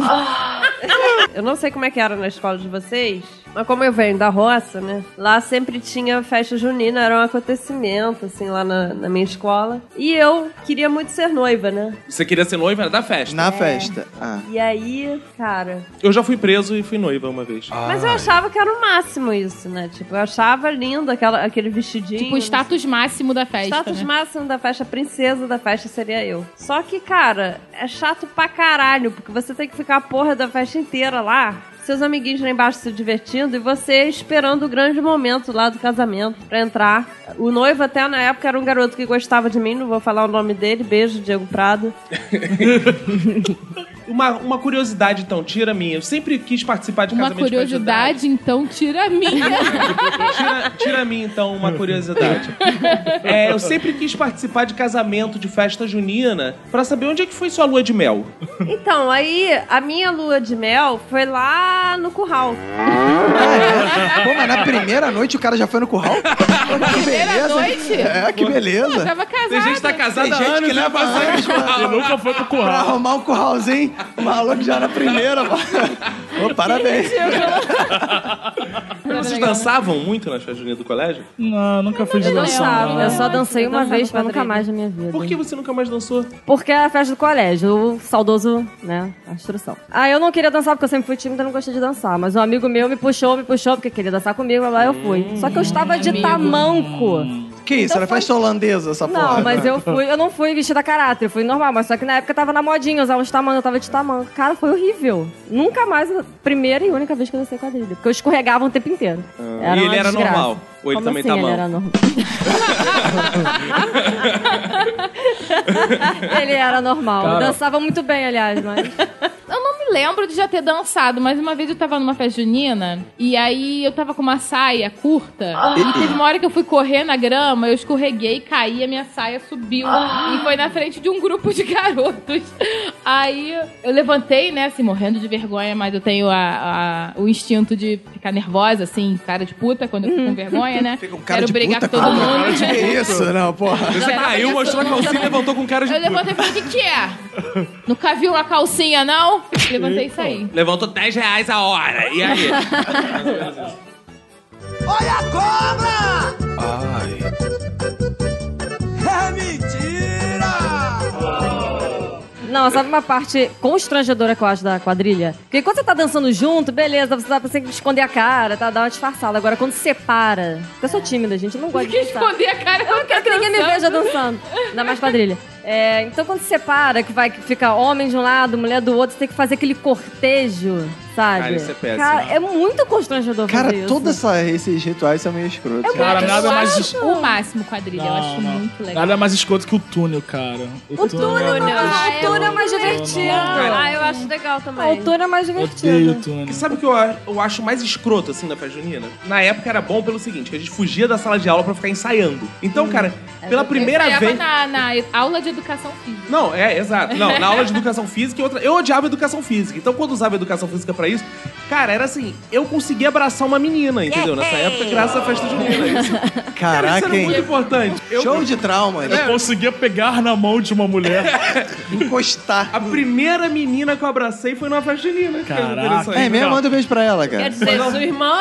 Eu não sei como é que era na escola de vocês,
Mas como eu venho da roça, né? Lá sempre tinha festa junina, era um acontecimento, assim, lá na, na minha escola. E eu queria muito ser noiva, né?
Você queria ser noiva da festa?
Na festa. Ah.
E aí, cara.
Eu já fui preso e fui noiva uma vez.
Ah.
Mas eu achava que era o máximo isso, né? Tipo, eu achava lindo aquela, aquele vestidinho.
Tipo, o status máximo da festa.
Status
né?
máximo da festa, princesa da festa seria eu. Só que, cara, é chato pra caralho, porque você tem que ficar a porra da festa inteira lá. Seus amiguinhos lá embaixo se divertindo e você esperando o grande momento lá do casamento pra entrar. O noivo, até na época, era um garoto que gostava de mim, não vou falar o nome dele. Beijo, Diego Prado.
Uma, uma curiosidade, então, tira minha. Eu sempre quis participar de
Uma
casamento de festa
curiosidade, então, tira a minha.
judaica. Tira, tira minha, então, uma
(laughs)
curiosidade. É, eu sempre quis participar de casamento de festa junina pra saber onde é que foi sua lua de mel.
Então, aí a minha lua de mel foi lá no curral.
Ah, é? Pô, mas na primeira noite o cara já foi no curral? que beleza.
noite?
É, que
Eu
beleza.
tava casada.
Tem gente que tá casada há
gente
anos
que
e
leva
passa
anos,
(laughs)
Eu nunca fui
Pra
pro curral.
arrumar um curralzinho, o maluco já na primeira, mano. Ô, parabéns.
Vocês dançavam muito nas festas juninas do colégio?
Não, nunca fui de dançar.
né? Eu só dancei
Eu
uma
dançava
vez, mas nunca
quadrilha.
mais na minha vida.
Por que você nunca mais dançou?
Porque era a festa do colégio, o saudoso, né, a instrução. Ah, eu não queria dançar porque eu sempre fui tímida e não gostei de dançar. Mas um amigo meu me puxou, me puxou porque queria dançar comigo, lá eu
Hum.
fui. Só que eu estava de tamanco.
Que isso? Era festa holandesa
Tá
essa porra.
Não, mas eu fui, eu não fui vestida a caráter, eu fui normal, mas só que na época tava na modinha, usava uns tamanhos, eu tava de tamanho. Cara, foi horrível. Nunca mais, a primeira e única vez que eu dancei quadrilha. Porque eu escorregava o tempo inteiro.
Ah. e
uma
ele era
desgraça.
normal? Ou ele
Como
também
assim,
tá
ele
mal?
era normal? ele era normal.
Cara.
Dançava muito bem, aliás, mas.
Eu não me lembro de já ter dançado, mas uma vez eu tava numa festa junina e aí eu tava com uma saia curta.
Ah.
E teve uma hora que eu fui correr na grama, eu escorreguei, caí, a minha saia subiu. E foi na frente de um grupo de garotos. Aí eu levantei, né, assim, morrendo de vergonha, mas eu tenho a- a- o instinto de ficar nervosa, assim, cara de puta, quando eu fico com vergonha, né?
Hum. Fica com cara
Quero
de
brigar
puta,
com todo
com cara
mundo.
Que isso? Não, porra.
Você
Era
caiu,
isso,
mostrou a
não,
calcinha e
não.
levantou com cara de
Eu
puta.
levantei e falei, o que que é? Nunca viu uma
(laughs)
calcinha, não? Levantei e saí.
Levantou 10 reais a hora. E (laughs) aí?
Olha a cobra! Ai. É mentira!
Não, sabe uma parte constrangedora que eu acho da quadrilha? Porque quando você tá dançando junto, beleza, você dá pra você esconder a cara, tá, dá uma disfarçada. Agora, quando separa. Porque eu sou tímida, gente, eu não gosto
Tem que
de dançar.
esconder a cara.
Eu não quero que ninguém me veja dançando. Ainda mais quadrilha. É, então, quando separa, que vai que fica homem de um lado, mulher do outro, você tem que fazer aquele cortejo, sabe?
Cara, isso é péssimo.
Cara, é muito constrangedor fazer
Cara,
isso.
né?
todos esses rituais são meio escrotos.
muito- Cara,
Eu
nada
acho
mais-
O máximo quadrilha, eu acho
não.
muito legal.
Nada mais escroto que o túnel, cara.
O túnel, é mais-
Ah,
o túnel é mais divertido.
Ah, eu acho legal
Ah,
também.
O túnel é mais
Eu odeio o
divertido.
túnel.
Sabe o que eu, a- eu acho mais escroto, assim, da festa junina? Na época era bom pelo seguinte, a gente fugia da sala de aula pra ficar ensaiando.
Hum,
Então,
é
cara, pela
eu
primeira
ensaiava
vez...
Na, na aula de educação física.
Não, é, exato. Não, na aula de educação física e outra... Eu odiava educação física. Então, quando usava educação física pra isso, cara, era assim, eu conseguia abraçar uma menina, entendeu?
É,
Nessa época, graças à festa junina. Isso, cara, isso
Caraca,
era muito
hein?
importante. Eu,
Show de trauma.
Eu conseguia pegar na mão de uma mulher.
É.
Encostar.
A primeira menina que eu abracei foi numa festa junina. que coisa
Caraca.
interessante.
É mesmo? Manda um beijo pra ela, cara.
Quer dizer, sua irmã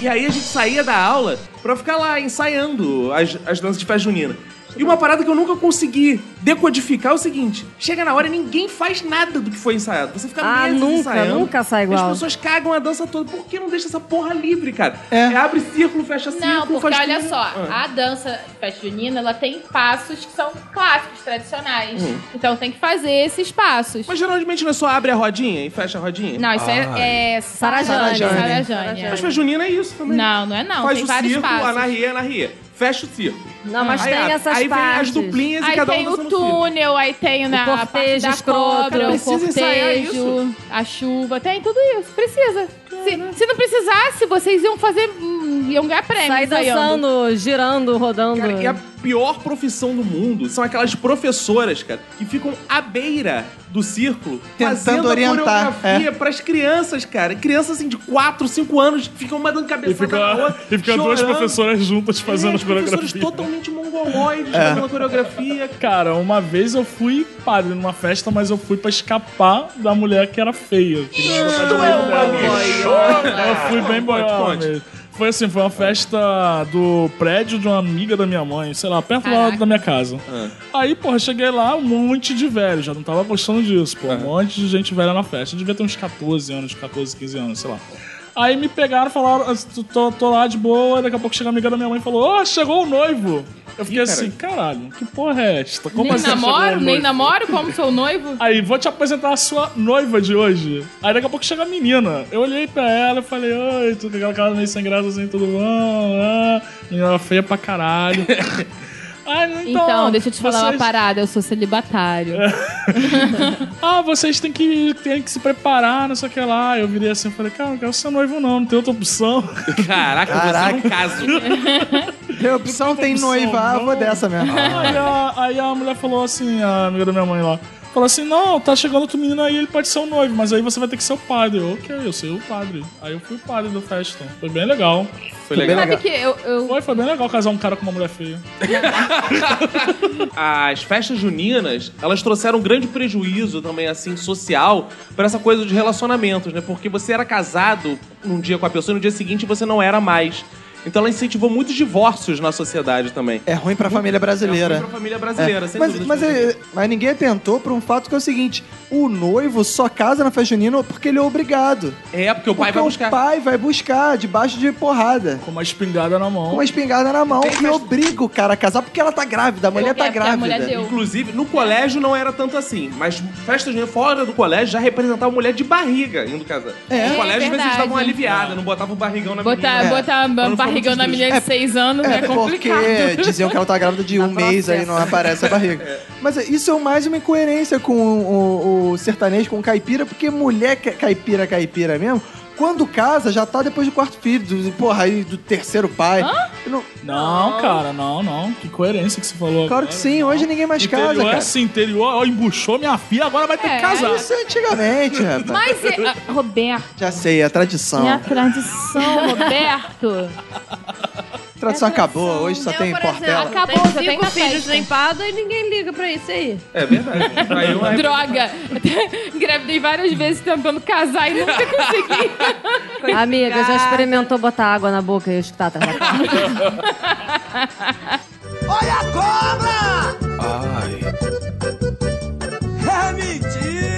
E aí a gente saía da aula pra ficar lá ensaiando as, as danças de festa junina. E uma parada que eu nunca consegui decodificar é o seguinte: chega na hora e ninguém faz nada do que foi ensaiado. Você fica
Ah,
meses
nunca,
ensaiando.
nunca sai igual.
As pessoas cagam a dança toda. Por que não deixa essa porra livre, cara?
É.
É, abre círculo, fecha círculo,
Não, porque
faz
olha
tudo.
só,
Ah.
a dança festa junina, ela tem passos que são clássicos, tradicionais. Então tem que fazer esses passos.
Hum. Mas geralmente não é só abre a rodinha e fecha a rodinha?
Não, isso é, é Sarajane.
Sarajane.
Sarajane.
Mas festa junina é isso também.
Não, não é não.
faz
tem
o
vários
círculo,
passos.
anarria, é anarria. Fecha o círculo.
Não, mas
aí,
tem
abre.
essas
aí vem as
partes.
duplinhas e
Aí
cada um
tem o
dançando no círculo.
túnel, aí tem na
cortejo
parte da
escroto. né?
cobra, o
Precisa ensaiar
cortejo,
isso?
a chuva, tem tudo isso. Precisa. Se, se não precisasse, vocês iam fazer. hum, iam ganhar prêmio.
Sai
ensaiando.
dançando, girando, rodando.
Cara, e a pior profissão do mundo são aquelas professoras, cara, que ficam à beira do círculo
Tentando
fazendo
orientar,
a coreografia pras crianças, cara. Crianças assim de 4, 5 anos ficam uma dando
E
cabeçada
fica,
na outra.
e fica duas
chorando.
professoras juntas
É,
fazendo
as
as coreografias. né?
professoras
completamente mongoloides
É.
na coreografia.
Cara, uma vez eu fui padre numa festa, mas eu fui pra escapar da mulher que era feia. Que não era pra dar mulher dela. Eu fui bem boiola
Conte,
mesmo. Foi assim, foi uma festa do prédio de uma amiga da minha mãe, sei lá, perto lá da minha casa.
Ah.
Aí, porra, cheguei lá, um monte de velho, já não tava gostando disso,
Ah.
pô. Um monte de gente velha na festa. Eu devia ter uns 14 anos, 14, 15 anos, sei lá. Aí me pegaram, falaram, "Ah, tô, tô- tô lá de boa, daqui a pouco chega a amiga da minha mãe e falou, ó, chegou o noivo. Eu fiquei assim, caralho, que porra é esta? Como
nem
assim chegou o
namoro, nem
noivo?"
namoro, como sou
(laughs)
noivo.
Aí, vou te apresentar a sua noiva de hoje. Aí daqui a pouco chega a menina. Eu olhei pra ela e falei, oi, tudo legal, cara meio sem graça assim, tudo bom? Ah, menina feia
(laughs)
pra caralho. Ah, então,
Então, deixa eu te falar uma
vocês-
parada, eu sou celibatário.
ah, vocês têm que, têm que se preparar, não sei o que lá. Eu virei assim e falei, cara, eu não quero ser noivo não, não tem
(laughs)
outra opção.
Caraca,
Caraca.
você é um caso.
Tem opção,
tem noiva, ah, vou dessa mesmo.
Aí a, aí a mulher falou assim, a amiga da minha mãe lá. Falou assim, não, tá chegando outro menino aí, ele pode ser o noivo, mas aí você vai ter que ser o padre. Eu, ok, eu sei o padre. Aí eu fui o padre do festa. Foi bem legal.
Foi legal.
Sabe que eu, eu-
Foi, foi bem legal casar um cara com uma mulher feia.
As festas juninas, elas trouxeram um grande prejuízo também, assim, social pra essa coisa de relacionamentos, né? Porque você era casado num dia com a pessoa e no dia seguinte você não era mais. Então ela incentivou muitos divórcios na sociedade também.
É ruim pra família brasileira.
É ruim pra família brasileira,
É.
sem
mas,
dúvida.
mas, é- mas ninguém atentou pra um fato que é o seguinte: o noivo só casa na festa junina porque ele é obrigado.
É, porque o pai vai buscar.
O pai vai buscar debaixo de porrada.
Com uma espingarda na mão.
Com uma espingarda na mão. E obriga o cara a casar porque ela tá grávida, a mulher tá grávida.
Inclusive, no colégio não era tanto assim, mas festas juninas fora do colégio já representava mulher de barriga indo casar.
É.
Os colégios, às vezes,
verdade.
estavam aliviadas, não botavam o barrigão na
botar,
menina.
botar
Pra não
um
ficar
barrigão
muito
na
triste.
menina de seis anos é, complicado.
Porque diziam que ela tá grávida (laughs) de um mês aí não aparece a barriga. (laughs) Mas isso é mais uma incoerência com o, o- o sertanejo, com o caipira, porque mulher que é caipira, caipira mesmo, quando casa já tá depois do quarto filho, do, porra, aí do terceiro pai. Não,
Não, cara, não, não. Que coerência que você falou.
Claro que sim, hoje ninguém mais
interior
casa,
é
cara.
assim, interior, ó, embuchou minha filha, agora vai ter
É,
que casar.
Isso é (laughs) antigamente, rapaz.
Mas, é- ah, Roberto,
Já sei, a tradição.
é a tradição, Roberto.
A tradição acabou, hoje só tem portela.
Acabou,
tem
só tem
cinco
na
filhos
festa.
limpados e ninguém liga pra isso aí.
É verdade.
(laughs)
Aí eu-
Droga! Engravidei várias vezes tentando casar e nunca consegui.
Amiga, já experimentou botar água na boca e escutar tá? (laughs)
Olha a cobra! Ai. É mentira!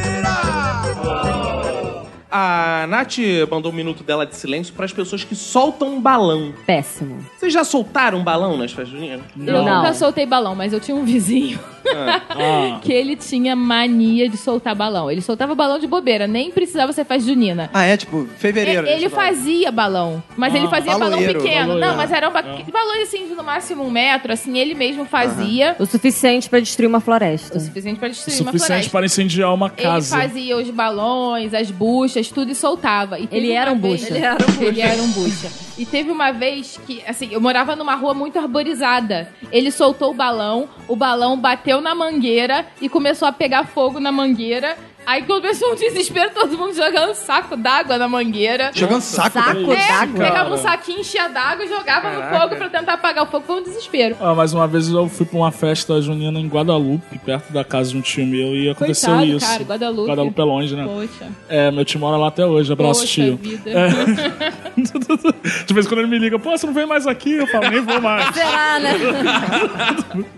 A Nath mandou um minuto dela de silêncio para as pessoas que soltam um balão.
Péssimo.
Vocês já soltaram um balão nas festas juninas?
Eu nunca soltei balão, mas eu tinha um vizinho
Ah.
que ele tinha mania de soltar balão. Ele soltava balão de bobeira, nem precisava ser faz junina.
Ah, é tipo, fevereiro.
E- Ele
isso, vai.
fazia balão, mas
Ah,
ele fazia balão
baloeiro,
pequeno.
baloeiro.
Não, mas eram ba... balões assim, de no máximo um metro, assim, ele mesmo fazia.
O suficiente pra destruir uma floresta.
Suficiente pra destruir uma
Suficiente
floresta.
para incendiar uma
Ele
casa.
fazia os balões, as buchas, tudo e soltava. E teve
era
uma
um
vez-
bucha. Ele era um bucha.
Ele era um bucha. E teve uma vez que, assim, eu morava numa rua muito arborizada. Ele soltou o balão, o balão bateu na mangueira e começou a pegar fogo na mangueira. Aí começou um desespero, todo mundo jogando um saco d'água na mangueira.
Jogando saco Saco d'água?
É,
d'água?
Pegava
Cara.
um saquinho, enchia d'água e jogava
Caraca.
no fogo pra tentar apagar o fogo. Foi um desespero.
Ah, mais uma vez eu fui pra uma festa junina em Guadalupe, perto da casa de um tio meu, e aconteceu
Coitado,
isso.
cara, Guadalupe.
Guadalupe é longe, né?
Poxa.
É, meu tio mora lá até hoje, abraço
Poxa
tio.
vida.
É. (laughs) De vez em quando ele me liga, pô, você não vem mais aqui? Eu falo, nem vou mais.
Será,
(laughs)
né?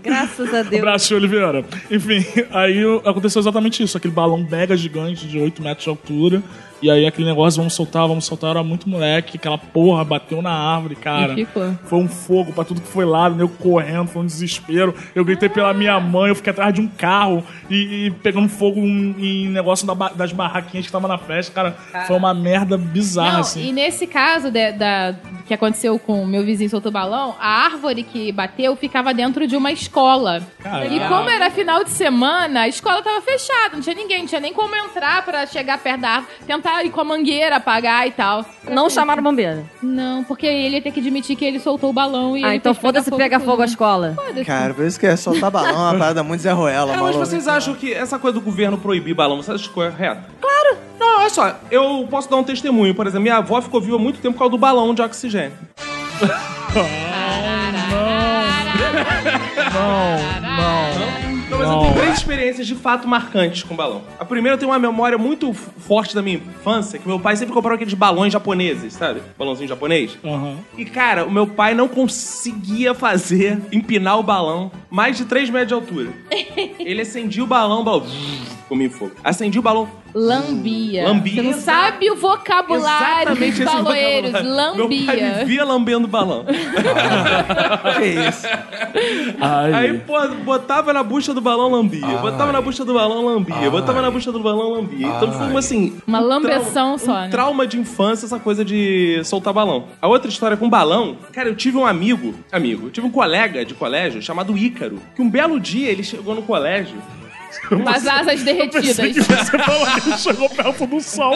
Graças a Deus.
Abraço, tio Oliveira. Enfim, aí o- aconteceu exatamente isso. Aquele balão mega gigante de 8 metros de altura. E aí aquele negócio, vamos soltar, vamos soltar. Era muito moleque. Aquela porra bateu na árvore, cara.
E ficou.
Foi um fogo pra tudo que foi lá, eu correndo, foi um desespero. Eu gritei pela minha mãe, eu fiquei atrás de um carro e, e pegando fogo em, em negócio da ba- das barraquinhas que tava na festa, cara. Foi uma merda bizarra,
Não,
assim.
e nesse caso de- da, que aconteceu com o meu vizinho soltou balão, a árvore que bateu ficava dentro de uma escola.
Caraca.
E como era final de semana, a escola tava fechada, não tinha ninguém, não tinha nem como entrar pra chegar perto da árvore, tentar ir com a mangueira apagar e tal.
Não chamaram o bombeiro.
Não, porque ele ia ter que admitir que ele soltou o balão e
Ah,
ele
então
fez pegar
foda-se pegar fogo à escola.
Foda-se.
Cara, por isso que é soltar balão, é uma parada muito Zé Ruela,
Mas
maluco.
vocês acham que essa coisa do governo proibir balão, vocês acham que é reto? Claro! Não, olha só, eu posso dar um testemunho, por exemplo, minha avó ficou viva há muito tempo por causa do balão de oxigênio.
não, não.
Então, mas eu tenho três experiências de fato marcantes com balão. A primeira eu tenho uma memória muito f- forte da minha infância, que meu pai sempre comprava aqueles balões japoneses, sabe? Balãozinho japonês.
(laughs)
E, cara, o meu pai não conseguia fazer, empinar o balão mais de 3 metros de
(laughs)
altura. Ele acendia o balão, o balão... Comi fogo. Acendia o balão...
Lambia.
Lambia.
Você não sabe o vocabulário
Exatamente
dos
esse
baloeiros.
vocabulário. (laughs) Meu pai
Lambia.
vivia lambendo o balão. (laughs) que isso? Aí, pô, botava na bucha do balão, lambia. Botava na bucha do balão, lambia. Botava na bucha do balão, lambia. Então foi uma, assim...
Uma
um trau-
lambeção só, né?
Trauma de infância, essa coisa de soltar balão. A outra história com balão, cara, eu tive um amigo, amigo, eu tive um colega de colégio chamado Ícaro, que um belo dia ele chegou no colégio.
Com as asas derretidas.
pensei que você falou
Ele chegou perto do sol.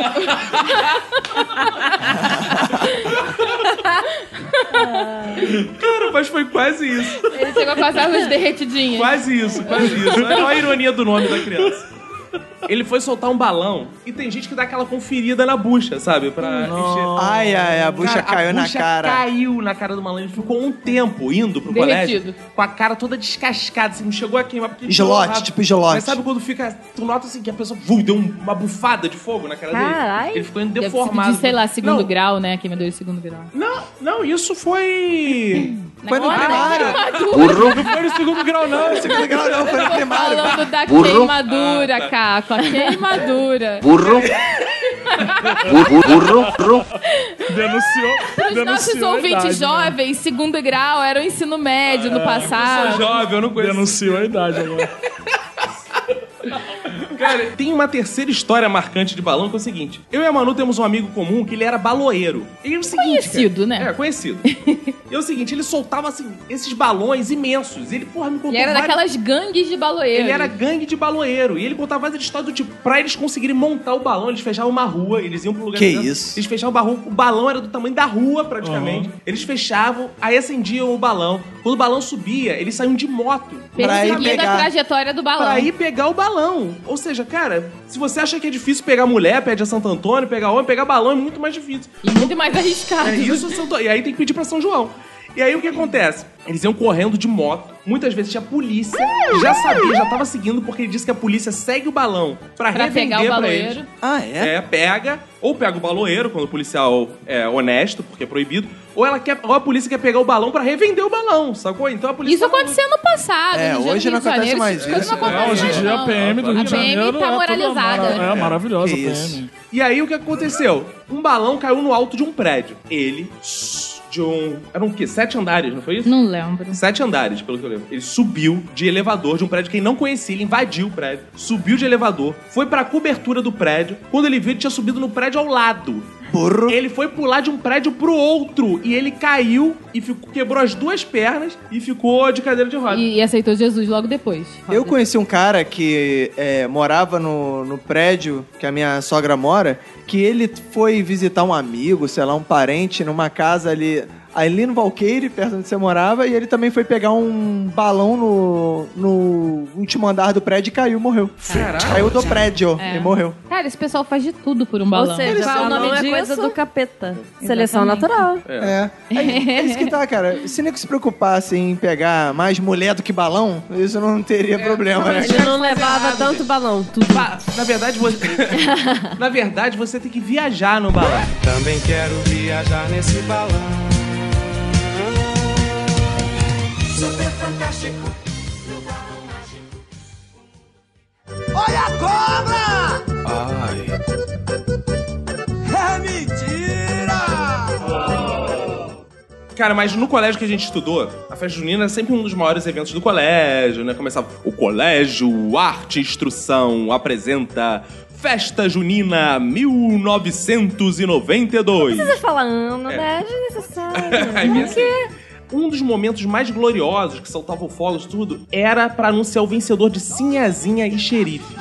Cara, mas foi quase isso.
Ele chegou com as asas derretidinhas.
Quase isso, quase isso. Olha a ironia do nome da criança. Ele foi soltar um balão e tem gente que dá aquela conferida na bucha, sabe? Pra encher.
Ai, ai, a bucha
Cara,
caiu na
bucha
cara.
Caiu na cara do malandro. Ele ficou um tempo indo pro
Derretido.
colégio com a cara toda descascada, assim, não chegou a queimar. Porque ele
Gelote,
chegou rápido.
tipo gelote.
Mas sabe quando fica. Tu nota assim que a pessoa vum, deu um- uma bufada de fogo na cara
Caralho.
dele? Ele ficou
Deve ser
deformado.
De, sei lá, segundo
Não,
grau, né? Queimadura de segundo grau.
Não, não, isso foi.
Foi no (laughs) primário.
Burro. Não foi no segundo grau, não. Segundo grau não, foi no primário.
Falando da
Burro.
queimadura,
Ah, tá.
Caco. A queimadura.
Burro. Burro, burro, burro.
Denunciou. né?
Para os nossos ouvintes
né?
jovens, segundo grau era o ensino médio no
Ah, Eu sou
passado.
jovem, eu não conheço.
Denunciou a idade agora.
Cara, tem uma terceira história marcante de balão que é o seguinte. Eu e a Manu temos um amigo comum que ele era baloeiro. E é o seguinte,
Conhecido, né?
É,
(laughs)
conhecido. e é o seguinte, ele soltava, assim, esses balões imensos. E ele, porra, me contou
Ele era
várias-
daquelas gangues de baloeiros.
Ele era gangue de baloeiro. E ele contava várias histórias do tipo, pra eles conseguirem montar o balão, eles fechavam uma rua, eles iam pro lugar...
Que
dentro,
isso?
Eles fechavam a rua, o balão era do tamanho da rua, praticamente. Eles fechavam, aí acendiam o balão. Quando o balão subia, eles saíam de moto.
Perseguindo a trajetória do balão.
Pra ir pegar o balão. Ou seja, cara, se você acha que é difícil pegar mulher, pede a Santo Antônio, pegar homem, pegar balão é muito mais difícil.
E muito mais arriscado.
É isso, Santo... E aí tem que pedir pra São João. E aí o que acontece? Eles iam correndo de moto. Muitas vezes tinha polícia. Já sabia, já tava seguindo, porque ele disse que a polícia segue o balão pra,
Pra
revender
pegar o
pra
baloeiro.
eles. Ah, é? É, pega. Ou pega o baloeiro, quando o policial é honesto, porque é proibido. Ou, ela quer, ou a polícia quer pegar o balão pra revender o balão, sacou? Então a polícia...
Isso acontecia no passado.
É,
no dia
hoje
do
não
Rio de
acontece
Janeiro,
mais
essas coisas
isso.
não
É,
acontecem
hoje em
mais,
dia
não.
a PM do Rio
A
de
PM
Janeiro é
tá
toda
moralizada.
mara- é maravilhosa a PM.
E aí o que aconteceu? Um balão caiu no alto de um prédio. Ele, s- de um. Eram o quê? Sete andares, não foi isso?
Não lembro.
Sete andares, pelo que eu lembro. Ele subiu de elevador de um prédio que ele não conhecia, ele invadiu o prédio, subiu de elevador, foi pra cobertura do prédio. Quando ele viu, ele tinha subido no prédio ao lado. Ele foi pular de um prédio pro outro e ele caiu e ficou- quebrou as duas pernas e ficou de cadeira de rodas.
E, e aceitou Jesus logo depois.
Eu conheci um cara que é, morava no, no prédio que a minha sogra mora, que ele foi visitar um amigo, sei lá, um parente, numa casa ali, ali no Valqueire, perto onde você morava, e ele também foi pegar um balão no, no último andar do prédio e caiu e morreu.
Caraca.
Caiu do prédio
É.
e morreu.
Cara, esse pessoal faz de tudo por um balão.
Ou seja,
Qual
o nome é coisa do capeta. Seleção
Exatamente.
natural.
É. É, é isso que tá, cara. Se nem que se preocupasse em pegar mais mulher do que balão, isso não
É.
teria problema, né?
Ele não levava tanto balão. Tudo.
Ah, Na verdade, você. (laughs) Na verdade, você tem que viajar no balão.
Também quero viajar nesse balão.
Super fantástico. Olha a cobra!
Ai.
É mentira!
Cara, mas no colégio que a gente estudou, a festa junina é sempre um dos maiores eventos do colégio, né? Começava o colégio Arte e Instrução apresenta Festa Junina 1992.
Não precisa falar ano,
É.
né? É
(laughs)
desnecessário.
Ai, minha
Por quê?
Um dos momentos mais gloriosos que saltavam fogos tudo era pra anunciar o vencedor de Sinhazinha e Xerife.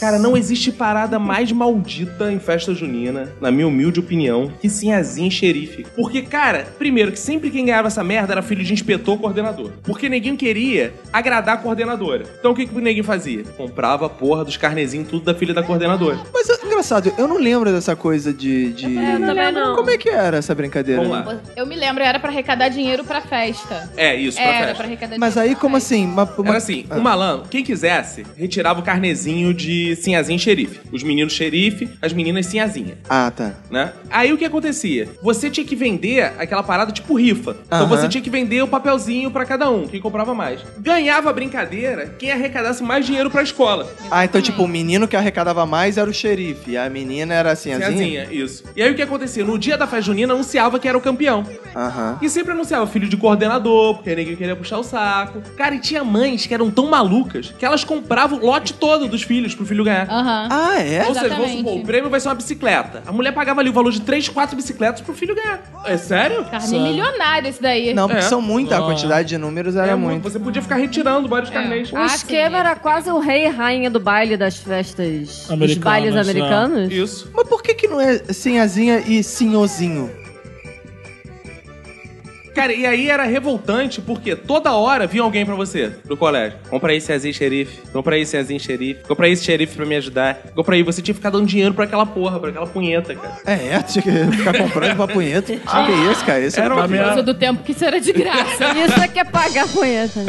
Cara, não existe parada mais maldita em festa junina, na minha humilde opinião, que Sinhazinha e Xerife. Porque, cara, primeiro que sempre quem ganhava essa merda era filho de inspetor ou coordenador. Porque ninguém queria agradar a coordenadora. Então o que, que o neguinho fazia? Comprava a porra dos carnezinhos tudo da filha da coordenadora.
Mas é engraçado, eu não lembro dessa coisa de. de...
também não lembro.
Como é que era essa brincadeira?
Vamos lá.
Eu me lembro, era pra arrecadar dinheiro dinheiro pra festa.
É, isso, pra
Era,
festa.
pra arrecadar
Mas aí, como assim? Uma, uma...
Era assim, o malandro, quem quisesse, retirava o carnezinho de sinhazinha e xerife. Os meninos xerife, as meninas sinhazinha,
Ah, tá.
né? Aí o que acontecia? Você tinha que vender aquela parada tipo rifa. Então
Aham.
você tinha que vender o papelzinho pra cada um, quem comprava mais. Ganhava a brincadeira quem arrecadasse mais dinheiro pra escola.
Ah, então, tipo, o menino que arrecadava mais era o xerife. E a menina era assim,
Sinhazinha, isso. E aí o que acontecia? No dia da festa junina, anunciava que era o campeão.
Aham.
E sempre anunciava filho de coordenador, porque ninguém queria puxar o saco. Cara, e tinha mães que eram tão malucas que elas compravam o lote todo dos filhos pro filho ganhar.
Ah, é?
Ou seja, vamos
Exatamente.
supor, o prêmio vai ser uma bicicleta. A mulher pagava ali o valor de 3, 4 bicicletas pro filho ganhar. É sério?
Carne milionário esse daí.
Não, porque
É.
são muita, a
Ah.
quantidade de números
É
era é muito.
Você podia ficar retirando vários carnês.
O esquema era quase o rei e rainha do baile das festas. dos bailes
né?
americanos.
Isso.
Mas por que que não é sinhazinha e sinhozinho?
Cara, e aí era revoltante, porque toda hora vinha alguém pra você do colégio. Compra aí Cezinho Xerife, compra aí Cezinho Xerife, compra aí esse xerife pra me ajudar. Compra aí, você tinha que ficar dando dinheiro pra aquela porra, pra aquela punheta, cara.
É, é, tinha que ficar comprando pra punheta. Ah, que isso, cara? Isso
Era
era
uma merda.
Coisa do tempo que isso era de
(laughs)
graça.
Isso é que é pagar punheta.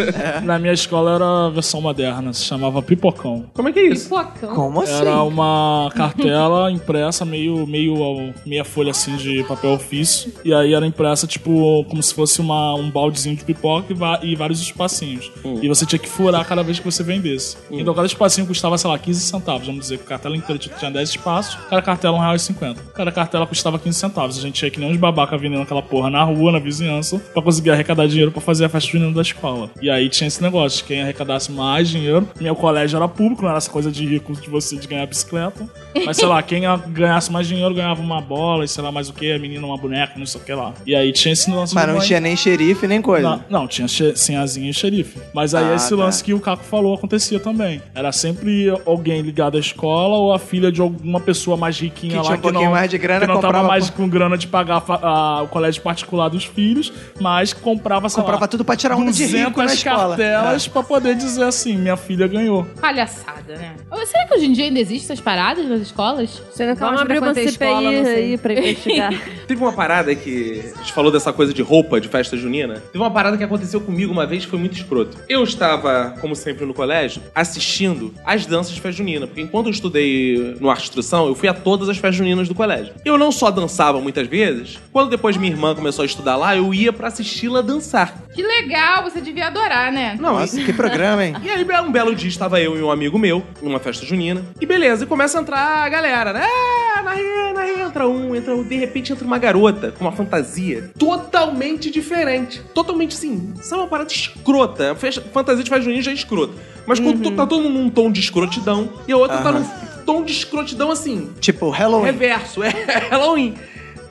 Na minha escola era a versão moderna, se chamava pipocão.
Como é que é isso?
Pipocão.
assim?
Era uma cartela impressa meio, meio ao- meia folha assim de papel ofício. E aí era impressa, tipo, como se fosse uma, um baldezinho de pipoca e, va- e vários espacinhos. E você tinha que furar cada vez que você vendesse. Então cada espacinho custava, sei lá, 15 centavos. Vamos dizer que a cartela inteira tinha 10 espaços, cada cartela R$1,50. Cada cartela custava 15 centavos. A gente tinha que nem uns babaca vendendo aquela porra na rua, na vizinhança, pra conseguir arrecadar dinheiro pra fazer a festa junina da escola. E aí tinha esse negócio, quem arrecadasse mais dinheiro, meu colégio era público, não era essa coisa de rico de você de ganhar bicicleta. Mas sei lá, quem a- ganhasse mais dinheiro ganhava uma bola e sei lá mais o que, a menina uma boneca, não sei o que lá. E aí tinha esse lance
Mas
do
não
banho.
tinha nem xerife, nem coisa.
Não, não, tinha che- senhazinha e xerife. Mas aí
Ah,
esse
tá.
lance que o Caco falou acontecia também. Era sempre alguém ligado à escola ou a filha de alguma pessoa mais riquinha
Que
lá
tinha um
que
pouquinho
não,
mais de grana,
que não tava
comprava
mais com grana de pagar a fa- a- o colégio particular dos filhos, mas que comprava, sei
Comprava
lá,
tudo pra tirar onda de rico na
200
escola. É.
cartelas pra poder dizer assim, minha filha ganhou.
Palhaçada, né? Ô, Será que hoje em dia ainda existem essas paradas nas escolas?
Vamos abrir uma CPI aí pra investigar.
(laughs)
Teve uma parada que a gente falou dessa coisa de roupa de festa junina. Teve uma parada que aconteceu comigo uma vez que foi muito escroto. Eu estava, como sempre no colégio, assistindo às danças de festa junina, porque enquanto eu estudei no arte e instrução, eu fui a todas as festas juninas do colégio. Eu não só dançava muitas vezes, quando depois minha irmã começou a estudar lá, eu ia pra assisti-la dançar.
Que legal, você devia adorar, né?
Nossa, que programa, hein?
E aí, um belo dia, estava eu e um amigo meu, numa festa junina. E beleza, e começa a entrar a galera, né? Ah, na ré, na ré, entra um, entra um. De repente entra uma garota com uma fantasia totalmente diferente. Totalmente, sim, sabe uma parada escrota. A festa- fantasia de festa junina já é escrota. Mas quando tu- tá todo mundo num tom de escrotidão, e a outra tá
Aham.
num tom de escrotidão, assim,
Tipo, (laughs) Halloween.
Reverso, é (laughs) Halloween.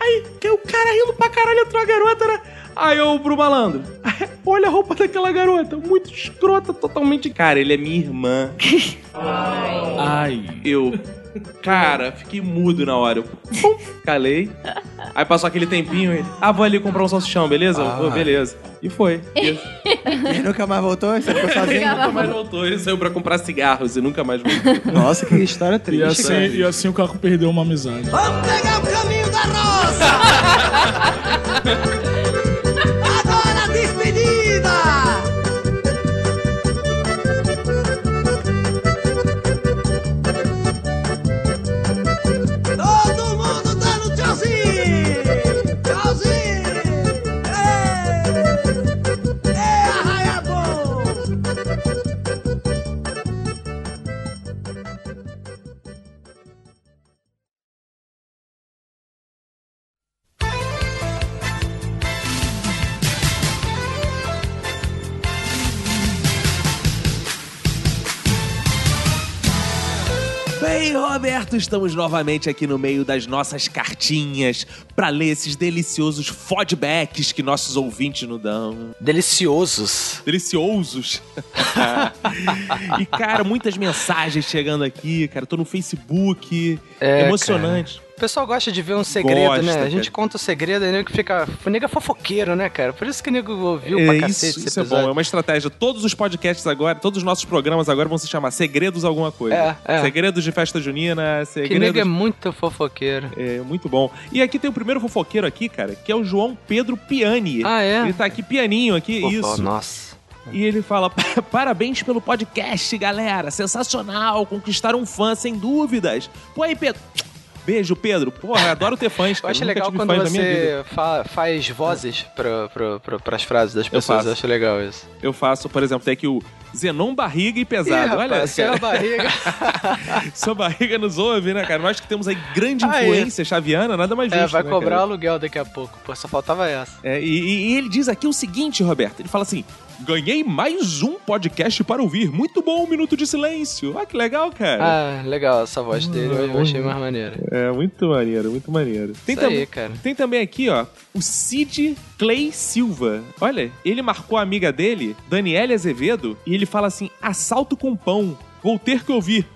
Aí que o cara rindo pra caralho, entrou a garota, né? Aí eu pro malandro. (laughs) Olha a roupa daquela garota, muito escrota, totalmente. Cara, ele é minha irmã.
Ai.
Eu. Cara, fiquei mudo na hora. Eu pum, calei. Aí passou aquele tempinho ele. Ah, vou ali comprar um salsichão, beleza? Eu, "Pô, beleza. E foi. Isso.
E nunca mais voltou? Você ficou (laughs) sozinho?
nunca mais voltou. Ele saiu pra comprar cigarros e nunca mais voltou.
(laughs) Nossa, que história
E
triste,
assim,
cara.
e assim o Caco perdeu uma amizade.
Vamos pegar o caminho da roça! Agora a despedida! Todo mundo dando tchauzinho! Tchauzinho! Ei, ei, arraiabou!
Bem, Roberto, estamos novamente aqui no meio das nossas cartinhas para ler esses deliciosos fodbacks que nossos ouvintes nos dão.
Deliciosos.
Deliciosos. (laughs) e, cara, muitas mensagens chegando aqui, cara. Tô no Facebook.
É,
emocionante.
O pessoal gosta de ver um segredo,
Gosta,
né? A gente
cara.
conta o segredo e nego que fica. O nego é fofoqueiro, né, cara? Por isso que o nego ouviu pra cacete
isso,
esse
isso é bom,
episódio.
é uma estratégia. Todos os podcasts agora, todos os nossos programas agora vão se chamar Segredos Alguma Coisa.
É, é.
Segredos de Festa Junina, Segredos...
Que nego é muito fofoqueiro.
É, muito bom. E aqui tem o primeiro fofoqueiro aqui, cara, que é o João Pedro Piani.
Ah, é?
Ele tá aqui pianinho aqui,
Fofo-
isso.
Nossa.
E ele fala: (laughs) parabéns pelo podcast, galera. Sensacional. Conquistaram um fã, sem dúvidas. Pô aí, Pedro. Beijo, Pedro. Porra, adoro ter fãs.
Eu
cara.
acho
Nunca
legal
tive
quando
fãs na minha vida.
você fa- faz vozes pra, pra, pra, pras frases das pessoas. Eu
faço.
acho legal isso.
Eu faço, por exemplo, tem aqui o Zenon Barriga e Pesado.
Ih,
Olha
rapaz, seu (laughs) barriga.
Sua barriga nos ouve, né, cara? Nós que temos aí grande
Ah, é.
influência chaviana, nada mais
É,
justo.
vai
né,
cobrar
cara?
aluguel daqui a pouco. Pô, só faltava essa.
É, e, e- e ele diz aqui o seguinte, Roberto. Ele fala assim: ganhei mais um podcast para ouvir. Muito bom, um minuto de silêncio. Ah, que legal, cara.
Ah, legal essa voz dele. Eu, eu achei mais maneira.
É, muito maneiro, muito maneiro. Tem,
Isso
tam-
aí, cara.
tem também aqui, ó, o Cid Clay Silva. Olha, ele marcou a amiga dele, Daniele Azevedo, e ele fala assim: assalto com pão. Vou ter que ouvir.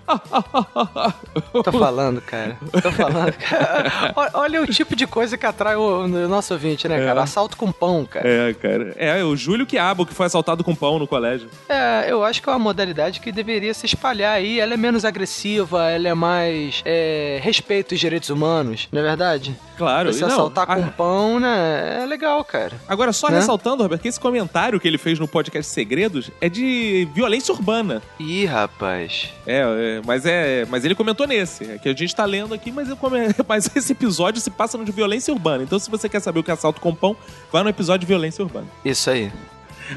Tô falando, cara. Tô falando, (laughs) cara. Olha- Olha o tipo de coisa que atrai o, o nosso ouvinte, né, cara? Assalto com pão, cara.
É, cara. É, o Júlio Quiabo que foi assaltado com pão no colégio.
É, eu acho que é uma modalidade que deveria se espalhar aí. Ela é menos agressiva, ela é mais. É, respeito os direitos humanos, não é verdade?
Claro,
Se
e não, ah.
assaltar com
a-
pão, né? É legal, cara.
Agora, só
Né?
ressaltando, Roberto, que esse comentário que ele fez no podcast Segredos é de violência urbana.
Ih, rapaz.
É, é, mas é. Mas ele comentou nesse. É que a gente tá lendo aqui, mas, eu come- (laughs) mas esse episódio se passa no de violência urbana. Então, se você quer saber o que é assalto com pão, vai no episódio de violência urbana.
Isso aí.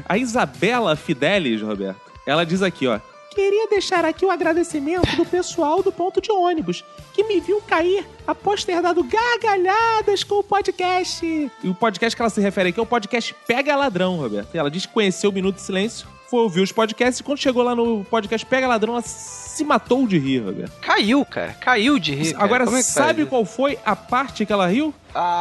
A Isabela Fidelis, Roberto, ela diz aqui, ó.
Queria deixar aqui o agradecimento do pessoal do ponto de ônibus, que me viu cair após ter dado gargalhadas com o podcast.
E o podcast que ela se refere aqui é o podcast Pega Ladrão, Roberto. E ela diz que conheceu o Minuto de Silêncio, foi ouvir os podcasts e quando chegou lá no podcast Pega Ladrão, ela se matou de rir, Roberto.
Caiu, cara. Caiu de rir. cara.
Agora,
Como é que faz
sabe
isso?
qual foi a parte que ela riu?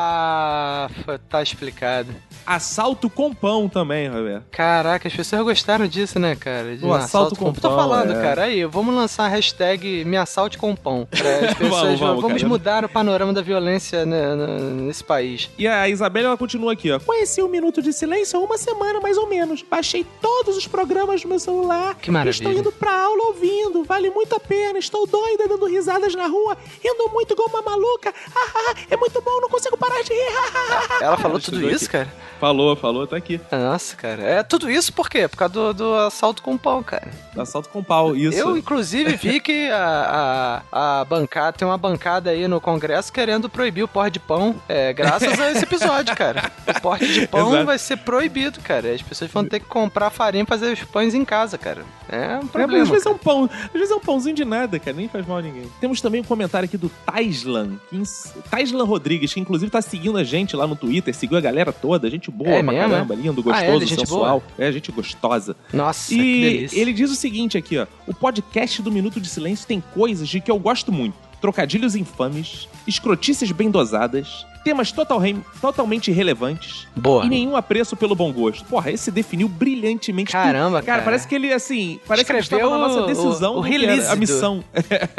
Ah, f- tá explicado.
Assalto com pão também, Roberto.
Caraca, as pessoas gostaram disso, né, cara? De
O
um
assalto com
Tô
pão,
falando,
é.
cara. Aí, vamos lançar a hashtag Me Assalte com
(laughs)
Pão. Pra as pessoas,
Vamos,
vamos,
vamos, cara.
mudar o panorama da violência né, n- nesse país.
E a Isabela, ela continua aqui, ó. um
Conheci o Minuto de Silêncio há uma semana, mais ou menos. Baixei todos os programas do meu celular.
Que maravilha.
Estou indo pra aula ouvindo. Vale muito a pena. Estou doida, dando risadas na rua. Rindo muito igual uma maluca. Ah, ah, é muito bom, não consigo parar de rir. Ah, ah, ah.
Ela falou tudo
estudou
isso,
aqui.
cara?
Falou, falou, tá aqui.
Nossa, cara. É tudo isso por quê? Por causa do, do assalto com pão, cara.
Assalto com pau, isso.
Eu, inclusive, vi que a, a, a bancada, tem uma bancada aí no Congresso querendo proibir o porte de pão, é, graças a esse episódio, cara. O porte de pão
(laughs) Exato.
vai ser proibido, cara. As pessoas vão ter que comprar farinha e fazer os pães em casa, cara. É um
É, mas
problema.
às vezes é um pão, às vezes é um pãozinho de nada, cara, nem faz mal a ninguém. Temos também um comentário aqui do Taislan, que ins- Taislan Rodrigues, que inclusive tá seguindo a gente lá no Twitter, seguiu a galera toda, gente boa
É
pra
mesmo,
caramba,
é?
lindo,
Ah, é?
gostoso,
Gente
sensual. É, gente gostosa.
Nossa,
e
que delícia.
ele diz o seguinte aqui, ó: "O podcast do Minuto de Silêncio tem coisas de que eu gosto muito. Trocadilhos infames, escrotices bem dosadas, temas total rem- totalmente irrelevantes
Boa.
e nenhum apreço pelo bom gosto. Porra, esse definiu brilhantemente tudo.
Caramba, cara. é.
parece que ele, assim, parece que ele
Escreveu
estava na nossa
o-
decisão,
o
do que era
release
a
do-
missão.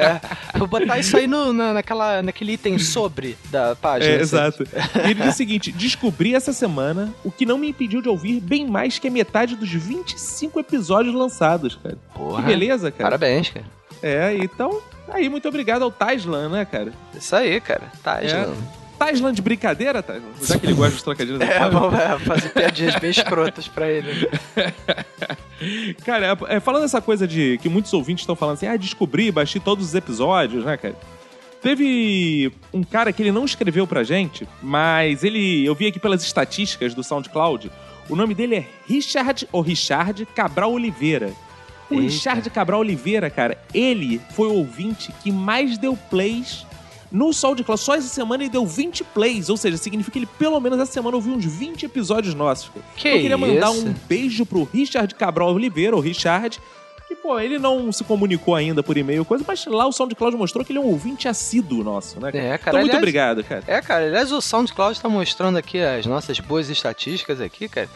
(laughs) Vou botar isso aí no, na, naquela, naquele item sobre da página.
É,
assim.
exato. E ele diz o seguinte: descobri essa semana o que não me impediu de ouvir bem mais que a metade dos 25 episódios lançados, cara.
Porra.
Que beleza, cara.
Parabéns, cara.
É, então, aí, muito obrigado ao Taislan, né, cara? É,
Isso aí, cara. Taislan.
Taislan de brincadeira, Taislan? Já que ele gosta dos trocadilhos
É,
infames?
vamos é, fazer piadinhas bem escrotas pra ele. né?
Cara, é, é, falando essa coisa de que muitos ouvintes estão falando assim, ah, descobri, baixei todos os episódios, né, cara? Teve um cara que ele não escreveu pra gente, mas ele, eu vi aqui pelas estatísticas do SoundCloud, o nome dele é Richard ou Richard Cabral Oliveira. O
Eita.
Richard Cabral Oliveira, cara, ele foi o ouvinte que mais deu plays no SoundCloud. Só essa semana ele deu 20 plays, ou seja, significa que ele pelo menos essa semana ouviu uns 20 episódios nossos. cara.
Que
eu queria mandar
isso?
um beijo pro Richard Cabral Oliveira, o Richard. Que, pô, ele não se comunicou ainda por e-mail, coisa, mas lá o SoundCloud mostrou que ele é um ouvinte assíduo nosso, né?
É, cara,
Então, muito
aliás-
obrigado, cara.
É, cara, aliás, o SoundCloud tá mostrando aqui as nossas boas estatísticas aqui, cara.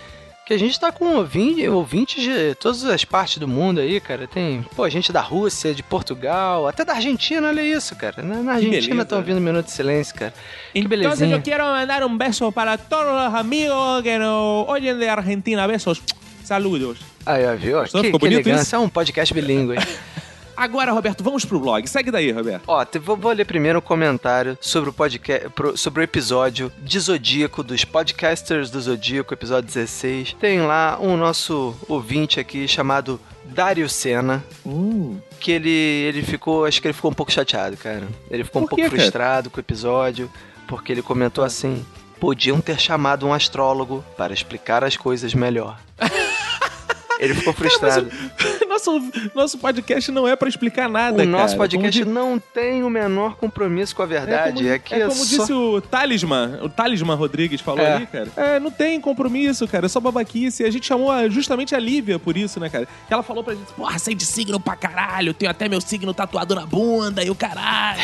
que a gente tá com ouvinte- ouvintes de todas as partes do mundo aí, cara. Tem, pô, gente da Rússia, de Portugal, até da Argentina, olha isso, cara. Na, na Argentina
beleza.
estão ouvindo Minuto de Silêncio, cara. que
Entonces
belezinha.
yo quiero mandar un beso para todos los amigos que nos oyen
é
de Argentina. Besos. Saludos.
Aí, ó, viu?
Gostou?
Que,
Ficou
que
bonito
elegância.
isso?
É um podcast bilíngue.
(laughs) Agora, Roberto, vamos pro blog. Segue daí, Roberto.
Ó, te- vou, vou ler primeiro um comentário sobre o podcast, pro- sobre o episódio de Zodíaco, dos podcasters do Zodíaco, episódio 16. Tem lá um nosso ouvinte aqui chamado Dario Senna.
Uh.
Que ele, ele ficou, acho que ele ficou um pouco chateado, cara. Ele ficou um
Por
pouco
quê, cara?
frustrado com o episódio, porque ele comentou assim: podiam ter chamado um astrólogo para explicar as coisas melhor. ele ficou frustrado.
(laughs) Nosso, nosso podcast não é pra explicar nada, cara.
O nosso
Como di-
podcast não é tem o menor compromisso com a verdade.
É
É,
como,
que
é como
só...
disse o Talisman, o Talisman Rodrigues falou
É.
ali, cara. É, não tem compromisso, cara. É só babaquice. A gente chamou a- justamente a Lívia por isso, né, cara? Que ela falou pra gente, porra, sei de signo pra caralho, tenho até meu signo tatuado na bunda e o
(laughs)
caralho.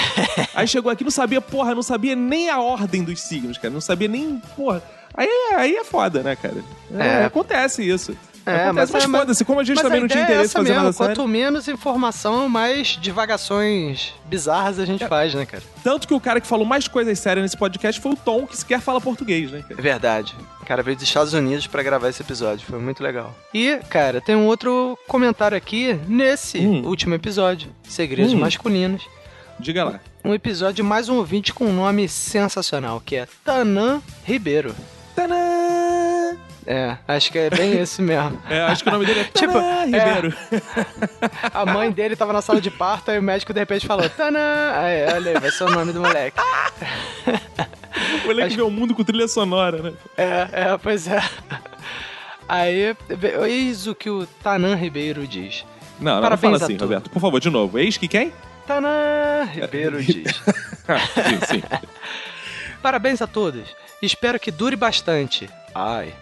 aí chegou aqui, não sabia, porra, não sabia nem a ordem dos signos, cara. Não sabia nem, porra. Aí, aí é foda, né, cara? É,
É.
Acontece isso.
É,
acontece, mas, foda-se, como a gente
mas
também não tinha
ideia é
interesse em
essa
fazer
mesmo.
nada sério.
Quanto menos informação, mais divagações bizarras a
É.
gente faz, né, cara?
Tanto que o cara que falou mais coisas sérias é nesse podcast foi o Tom, que sequer fala português, né, cara?
É verdade. O cara veio dos Estados Unidos pra gravar esse episódio. Foi muito legal. E, cara, tem um outro comentário aqui nesse último episódio: Segredos
Hum.
Masculinos.
Diga lá.
Um episódio de mais um ouvinte com um nome sensacional, que é Tanan Ribeiro.
Tanan!
É, acho que é
(laughs)
bem esse mesmo.
É, acho que o nome dele
(laughs)
é
Tipo,
Tanan Ribeiro.
A mãe dele tava na sala de parto, aí o médico de repente falou: Tanã! Aí, olha aí, vai ser o nome do moleque.
O moleque vê o mundo com trilha sonora, né?
É, é, pois é. Aí, ve- eis o que o Tanan Ribeiro diz.
Não, não, não
Parabéns
fala
a
assim,
todos.
Roberto. Por favor, de novo. Eis que quem?
Tanan Ribeiro diz.
Ah, sim, (laughs) sim.
Parabéns a todos. Espero que dure bastante. Ai.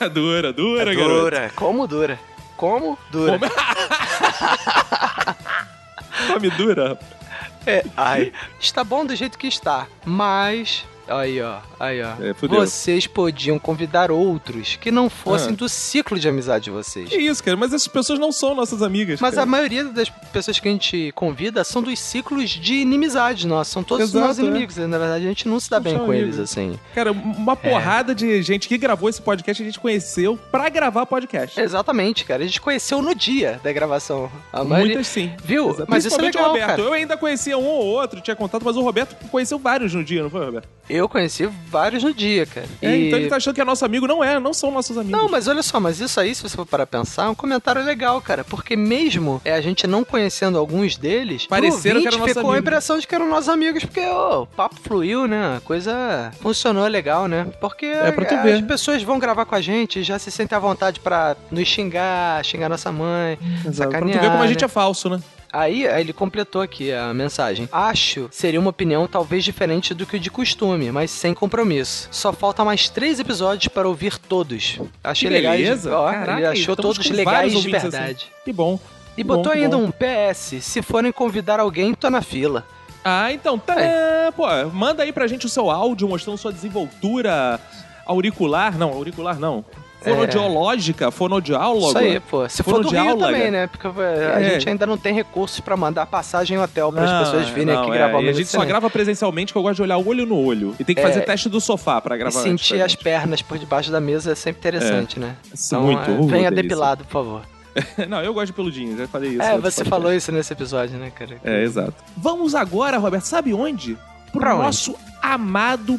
É dura, dura, garoto.
Dura, como dura. Como dura.
Come dura.
É, ai. Está bom do jeito que está, mas. Aí, ó, aí, ó.
É, fudeu.
vocês podiam convidar outros que não fossem
Ah.
do ciclo de amizade de vocês.
Que isso, cara? Mas essas pessoas não são nossas amigas.
Mas
cara.
a maioria das pessoas que a gente convida são dos ciclos de inimizade nossa. São todos
Exato,
nossos
né?
inimigos. né? Na verdade, a gente não se dá bem
são
com
amigos.
eles, assim.
Cara, uma porrada de gente que gravou esse podcast a gente conheceu pra gravar podcast.
Exatamente, cara. A gente conheceu no dia da gravação. A maioria-
Muitas sim.
Viu? Mas isso é
Principalmente
legal,
o Roberto.
cara.
Eu ainda conhecia um ou outro, tinha contato, mas o Roberto conheceu vários no dia, não foi, Roberto?
Eu conheci vários no dia, cara.
É,
E-
então ele tá achando que é nosso amigo. Não é, não são nossos amigos.
Não, mas olha só, mas isso aí, se você for parar a pensar, é um comentário legal, cara. Porque mesmo é, a gente não conhecendo alguns deles, pro
Pareceram que eram
ouvinte
nossos
ficou a
amigos.
impressão de que eram nossos amigos, porque ô, o papo fluiu, né? A coisa funcionou legal, né? Porque
É pra tu
a-
ver.
as pessoas vão gravar com a gente e já se sentem à vontade pra nos xingar, xingar nossa mãe,
Pra
sacanear.
tu ver como a gente
né?
é falso, né?
Aí aí ele completou aqui a mensagem. Acho seria uma opinião talvez diferente do que o de costume, mas sem compromisso. Só falta mais três episódios para ouvir todos. Achei
Que
legais.
beleza.
Ó,
Caraca,
ele achou
estamos
todos
com
legais
vários
de
ouvintes assim.
verdade.
Ah, Que bom.
E
Que
botou
bom, que
ainda
bom.
um PS. Se forem convidar alguém, tô na fila.
Ah, então, tá. é, Pô, manda aí pra gente o seu áudio mostrando sua desenvoltura auricular. Não, auricular não. Fonodiológica, fonodióloga.
É. Isso aí, pô. Se for do Rio
Fonodiáloga.
também, né? Porque é, a
É.
gente ainda não tem recursos para mandar passagem em hotel para
Não,
as pessoas virem
não,
aqui
é,
gravar o
e A
Minuto
gente só
de Silêncio.
grava presencialmente, que eu gosto de olhar o olho no olho. E tem que
É.
fazer teste do sofá pra
E
gravar. antes
sentir
pra
as
gente.
pernas por debaixo da mesa é sempre interessante,
É.
né?
Isso, muito.
é,
Uh, delícia.
venha depilado, por favor.
Não, eu gosto de peludinho, já falei isso.
É,
no outro
você
podcast.
falou isso nesse episódio, né, cara?
É, exato. Vamos agora, Roberto, sabe onde? Pro
Pra onde?
nosso amado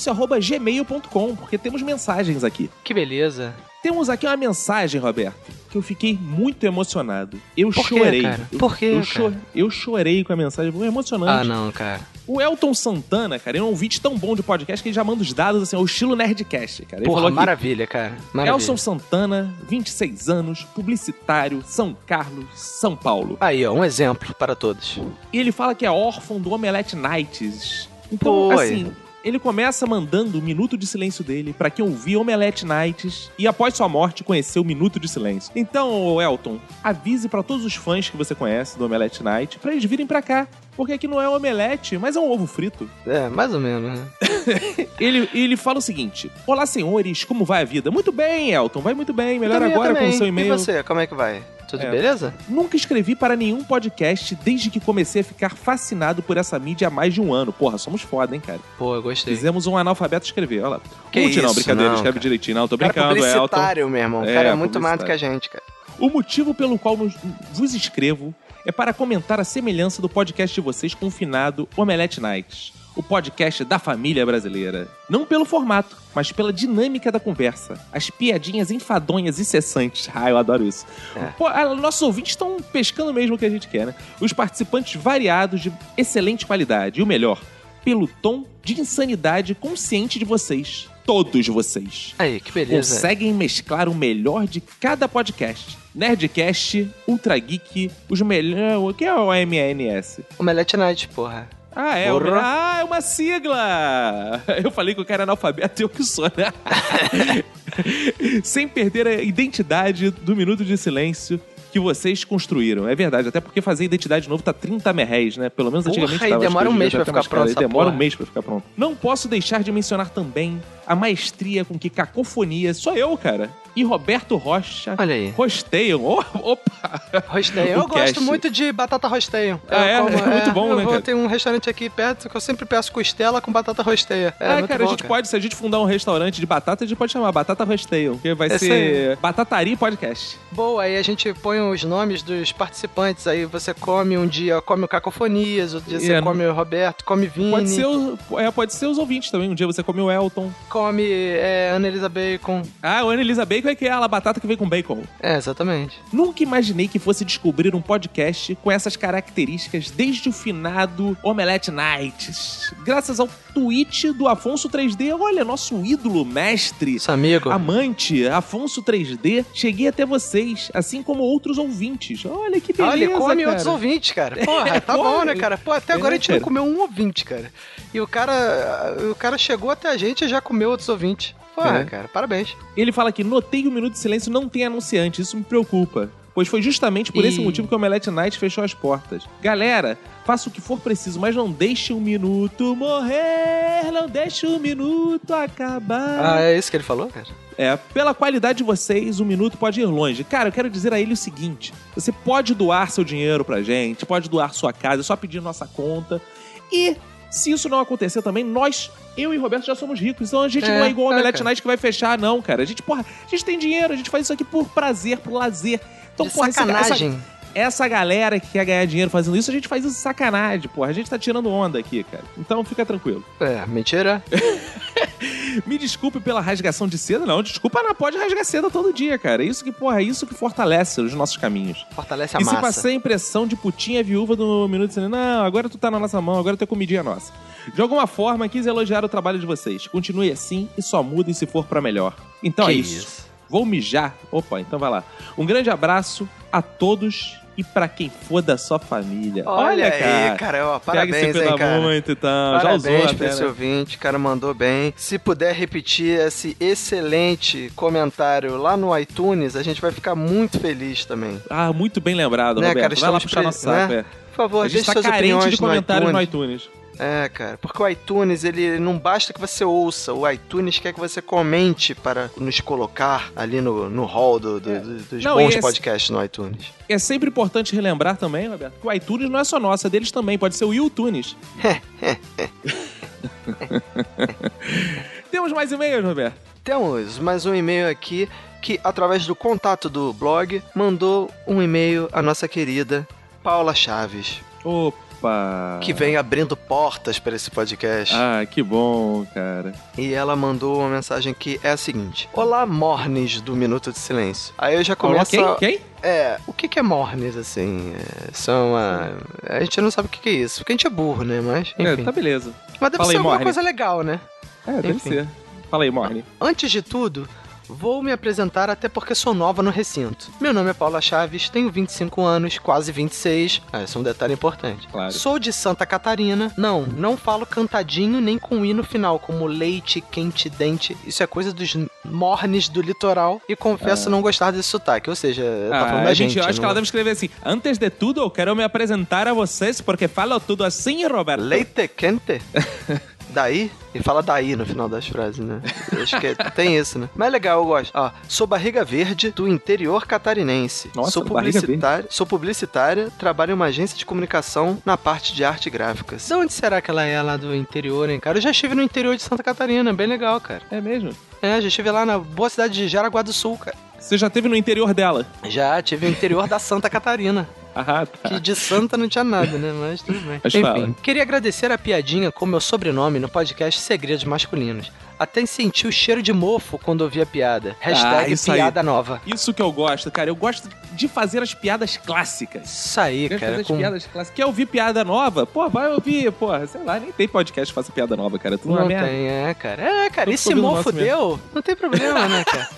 minutosilêncio.gmail.com, porque temos mensagens aqui.
Que beleza.
Temos aqui uma mensagem, Roberto, que eu fiquei muito emocionado. Eu
Por quê,
chorei.
cara?
Eu-
Por quê,
Eu,
cara?
cho- eu chorei com a mensagem, foi emocionante.
Ah, não, cara.
O Elton Santana, cara, é um ouvinte tão bom de podcast que ele já manda os dados, assim, ao estilo Nerdcast, cara. Ele
Porra,
falou aqui,
maravilha, cara. Maravilha.
Elson Santana, 26 anos, publicitário, São Carlos, São Paulo.
Aí, ó, um exemplo para todos.
E ele fala que é órfão do Omelette Nights. Então,
Foi.
assim, ele começa mandando o minuto de silêncio dele pra quem ouvia Omelette Nights e após sua morte conheceu o minuto de silêncio. Então, ô Elton, avise pra todos os fãs que você conhece do Omelette Night pra eles virem pra cá. Porque aqui não é omelete, mas é um ovo frito.
É, mais ou menos, né?
ele, ele fala o seguinte: Olá, senhores, como vai a vida? Muito bem, Elton, vai muito bem. Melhor
também, eu
agora com o
também.
seu
E
e-mail.
você, como é que vai? Tudo beleza?
Nunca escrevi para nenhum podcast desde que comecei a ficar fascinado por essa mídia há mais de um ano. Porra, somos foda, hein, cara?
Pô, eu gostei.
Fizemos um analfabeto escrever, olha lá.
Que
Curte, não,
isso,
brincadeira,
não,
escreve
cara.
direitinho. Não, tô
Cara,
brincando, é Elton.
publicitário, meu irmão. O cara é muito mais
publicitário.
do que a gente, cara.
O motivo pelo qual nos- vos escrevo é para comentar a semelhança do podcast de vocês com o finado Omelete Nights, o podcast da família brasileira. Não pelo formato, mas pela dinâmica da conversa. As piadinhas enfadonhas e cessantes. (laughs) Ah, eu adoro isso. Pô, ah, nossos ouvintes estão pescando mesmo o que a gente quer, né? Os participantes variados de excelente qualidade. E o melhor, pelo tom de insanidade consciente de vocês. Todos vocês.
Aí, que beleza.
Conseguem mesclar o melhor de cada podcast. Nerdcast, Ultra Geek, os melhores... O que é o MNS?
Omelete Night, porra.
Ah, é?
Porra.
o- Ah, é uma sigla! (laughs) Eu falei que o cara é analfabeto e eu que sou, né? (laughs) Sem perder a identidade do Minuto de Silêncio que vocês construíram. É verdade, até porque fazer identidade de novo tá 30 merréis, né? Pelo menos
Porra,
antigamente
e
tava, acho
demora
que
um
hoje
mês
já tá
pra ficar
mais caro.
pronto essa
Demora um
porra.
mês pra ficar pronto. Não posso deixar de mencionar também a maestria com que cacofonia, só eu, cara, e Roberto Rocha Olha aí. rosteiam. Oh, opa!
Rosteiam. Eu gosto muito de batata rosteio.
Ah, é? É muito bom,
eu
né,
vou-
cara?
Tem um restaurante aqui perto que eu sempre peço costela com batata rosteia. É,
ah,
muito
cara,
bom,
a gente pode, se a gente fundar um restaurante de batata, a gente pode chamar Batata Rosteio, que vai
É isso
ser
aí.
Batatari Podcast.
Boa, aí a gente põe os nomes dos participantes, aí você come um dia, come o Cacofonias, outro dia
É,
você come o Roberto, come Vini.
Pode ser, o- é, pode ser os ouvintes também. Um dia você come o Elton.
Come é, Ana Elisa Bacon.
Ah, o Ana Elisa Bacon é que é a batata que vem com bacon.
É, exatamente.
Nunca imaginei que fosse descobrir um podcast com essas características desde o finado Omelette Nights. Graças ao tweet do Afonso 3D, olha, nosso ídolo, mestre,
amigo,
amante, Afonso 3D, cheguei até vocês, assim como outros ouvintes. Olha que beleza,
Olha, come
cara.
outros ouvintes,
(laughs)
um cara. Porra, tá
Pô,
bom, né, cara? Pô, até agora a
é,
gente não
cara.
comeu um ouvinte, cara. E o cara, o cara chegou até a gente e já comeu outros ouvintes. Porra,
É.
cara, parabéns.
Ele fala que notei que o Minuto de Silêncio não tem anunciante, isso me preocupa. Pois foi justamente por esse
Ih.
motivo que o Omelete Night fechou as portas. Galera, faça o que for preciso, mas não deixe um minuto morrer, não deixe um minuto acabar.
Ah, é isso que ele falou, cara?
É, pela qualidade de vocês, um minuto pode ir longe. Cara, eu quero dizer a ele o seguinte: você pode doar seu dinheiro pra gente, pode doar sua casa, é só pedir nossa conta. E se isso não acontecer também, nós, eu e o Roberto já somos ricos. Então a gente
É,
não é igual o
é,
Omelete
cara.
Night que vai fechar, não, cara. A gente, porra, a gente tem dinheiro, a gente faz isso aqui por prazer, por lazer. Então,
De
porra, essa-
sacanagem.
Essa, essa galera que quer ganhar dinheiro fazendo isso, a gente faz isso de sacanagem, porra. A gente tá tirando onda aqui, cara. Então fica tranquilo.
É, mentira.
Me desculpe pela rasgação de seda, não. Desculpa, não pode rasgar seda todo dia, cara. É Isso que, porra, é isso que fortalece os nossos caminhos.
Fortalece a
e se
Tá massa.
passei a impressão de putinha viúva do Minuto de Silêncio, não, agora tu tá na nossa mão, agora tu é comidinha nossa. De alguma forma, quis elogiar o trabalho de vocês. Continue assim e só mudem se for pra melhor. Então é
Que
isso. Vou mijar. Opa, então vai lá. Um grande abraço a todos e pra quem for da sua família.
Olha,
Olha,
aí, cara,
Pega
ó,
esse
parabéns
pela
aí, cara.
muito, então.
Parabéns
Já usou
pra
até,
esse
né?
ouvinte, cara, mandou bem. Se puder repetir esse excelente comentário lá no iTunes, a gente vai ficar muito feliz também.
Ah, muito bem lembrado,
Né,
Roberto.
cara,
Vai lá
estamos
puxar
pre-
nosso saco,
né?
é.
Por favor,
a gente
deixe
tá
suas
carente
opiniões
de
no
comentários no
iTunes.
iTunes.
É, cara, porque o iTunes, ele não basta que você ouça, o iTunes quer que você comente para nos colocar ali no, no hall do- do- do- dos
É. Não, e
bons
esse-
podcasts no iTunes.
É sempre importante relembrar também, Roberto, que o iTunes não é só nosso, é deles também, pode ser o
(laughs)
iTunes. Temos mais e-mails, Roberto?
Temos mais um e-mail aqui que, através do contato do blog, mandou um e-mail a nossa querida Paula Chaves.
Opa!
Que vem abrindo portas para esse podcast.
Ah, que bom, cara.
E ela mandou uma mensagem que é a seguinte: Olá, mornes do Minuto de Silêncio. Aí eu já começo.
Olá,
a-
quem? Quem?
É, o que que é mornes, assim? É, são a... a gente não sabe o que que é isso, porque a gente é burro, né? Mas,
É,
enfim.
tá beleza.
Mas deve
Fala
ser
aí,
alguma
Morne.
coisa legal, né?
É, deve
Enfim.
ser. Fala aí, Morne.
Antes de tudo, vou me apresentar até porque sou nova no recinto. Meu nome é Paula Chaves, tenho 25 anos, quase 26. Ah, esse é um detalhe importante.
Claro.
Sou de Santa Catarina. Não, não falo cantadinho nem com i no final, como leite, quente, dente. Isso é coisa dos mornes do litoral. E confesso não gostar desse sotaque. Ou seja,
Ah,
tá falando da
Ah. a gente,
gente.
eu acho
não-
que ela deve escrever assim: Antes de tudo, eu quero me apresentar a vocês porque falo tudo assim, Roberto.
Leite quente? Daí? Ele fala daí no final das frases, né? Eu acho que é- tem isso, né? Mas é legal, eu gosto. Ó, sou barriga verde do interior catarinense.
Nossa,
sou
barriga verde.
publicitária, sou publicitária, trabalho em uma agência de comunicação na parte de arte gráfica. De onde será que ela é lá do interior, hein, cara? Eu já estive no interior de Santa Catarina, bem legal, cara.
É mesmo?
É, já estive lá na boa cidade de Jaraguá do Sul, cara.
Você já teve no interior dela?
Já, tive no interior da Santa Catarina.
Ah,
Que de santa não tinha nada, né? Mas tudo bem.
Mas
Enfim,
fala.
queria agradecer a piadinha com meu sobrenome no podcast Segredos Masculinos. Até senti o cheiro de mofo quando ouvi a piada.
Ah,
Hashtag
isso aí.
piada nova.
Isso que eu gosto, cara. Eu gosto de fazer as piadas clássicas.
tá
Isso aí,
Quer
cara,
Fazer as
com-
piadas clássicas. Quer ouvir piada nova? Pô, vai ouvir, pô, sei lá, nem tem podcast que faça piada nova, cara. Tu
Não
é merda.
tem, é, cara. É, cara,
Tudo
e se
sobre o
mofo
nosso mesmo.
deu, não tem problema,
(laughs)
né, cara?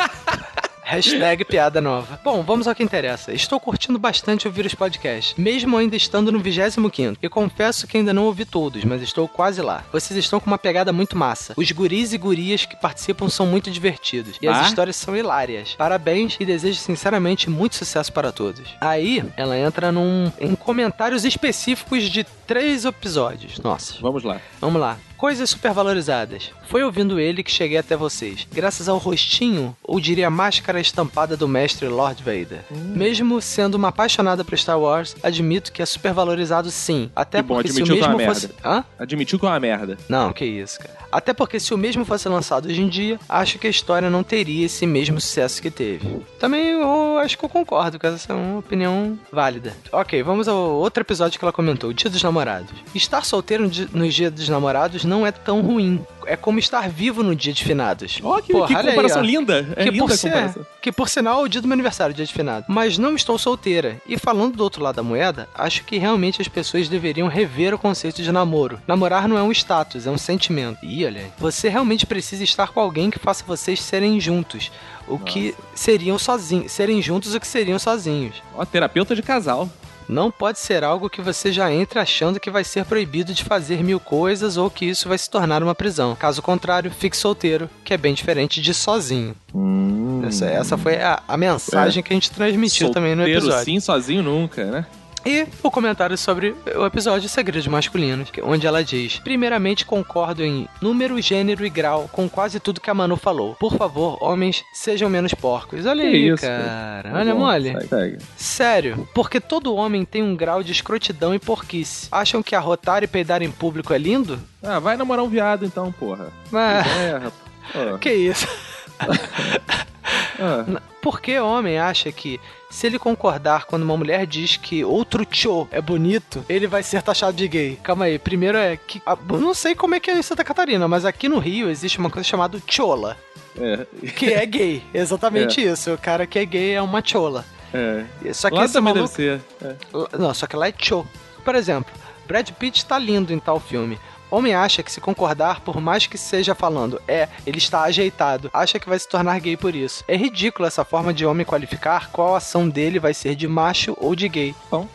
Hashtag piada nova. Bom, vamos ao que interessa. Estou curtindo bastante ouvir os podcasts, mesmo ainda estando no 25 E confesso que ainda não ouvi todos, mas estou quase lá. Vocês estão com uma pegada muito massa. Os guris e gurias que participam são muito divertidos. E
Ah?
as histórias são hilárias. Parabéns e desejo sinceramente muito sucesso para todos. Aí, ela entra num, em comentários específicos de três episódios. Nossa.
Vamos lá.
Vamos lá. Coisas supervalorizadas. Foi ouvindo ele que cheguei até vocês. Graças ao rostinho, ou diria máscara estampada do mestre Lord Vader. Mesmo sendo uma apaixonada por Star Wars, admito que é supervalorizado sim. Até
Que bom,
porque se o
admitiu que é
mesmo
uma merda.
fosse... Hã?
Admitiu que é uma merda.
Não, que isso, cara. Até porque se o mesmo fosse lançado hoje em dia, acho que a história não teria esse mesmo sucesso que teve. Também eu acho que eu concordo, que essa é uma opinião válida. Ok, vamos ao outro episódio que ela comentou, o Dia dos Namorados. Estar solteiro no di- nos Dia dos Namorados não é tão ruim. É como estar vivo no Dia de Finados.
Ó, que- que
olha
comparação
ó.
linda. É linda
por
a
si-
comparação.
que por sinal é o dia do meu aniversário, dia de finado. Mas não estou solteira. E falando do outro lado da moeda, acho que realmente as pessoas deveriam rever o conceito de namoro. Namorar não é um status, é um sentimento. Ih, olha aí. Você realmente precisa estar com alguém que faça vocês serem juntos. O que seriam sozinhos. Serem juntos o que seriam sozinhos.
Ó, terapeuta de casal.
Não pode ser algo que você já entre achando que vai ser proibido de fazer mil coisas ou que isso vai se tornar uma prisão. Caso contrário, fique solteiro, que é bem diferente de sozinho. Essa, essa foi a, a mensagem
É.
que a gente transmitiu também no
Solteiro
episódio.
sim, sozinho nunca, né?
E o comentário sobre o episódio Segredos Masculinos, que- é onde ela diz: Primeiramente, concordo em número, gênero e grau com quase tudo que a Manu falou. Por favor, homens, sejam menos porcos. Olha
Que
aí,
isso,
cara.
cara. Tá
Olha,
Bom,
mole.
sai, sai.
Sério, porque todo homem tem um grau de escrotidão e porquice. Acham que arrotar e peidar em público é lindo?
Ah, vai namorar um viado então, porra.
Ah.
É, rapaz. Ó.
(laughs) Que isso?
ah,
Por que homem acha que se ele concordar quando uma mulher diz que outro tio é bonito, ele vai ser taxado de gay? Calma aí, primeiro é que. ah, eu não sei como é que é em Santa Catarina, mas aqui no Rio existe uma coisa chamada chola.
É.
Que é
(laughs)
gay, exatamente
É.
isso. O cara que é gay é uma chola.
É.
Só que
Lá
Tá esse
também
maluco-
deve ser. É.
L- Não, só que lá é show. Por exemplo, Brad Pitt tá lindo em tal filme. Homem acha que se concordar, por mais que seja falando, é, ele está ajeitado, acha que vai se tornar gay por isso. É ridículo essa forma de homem qualificar qual ação dele vai ser de macho ou de gay.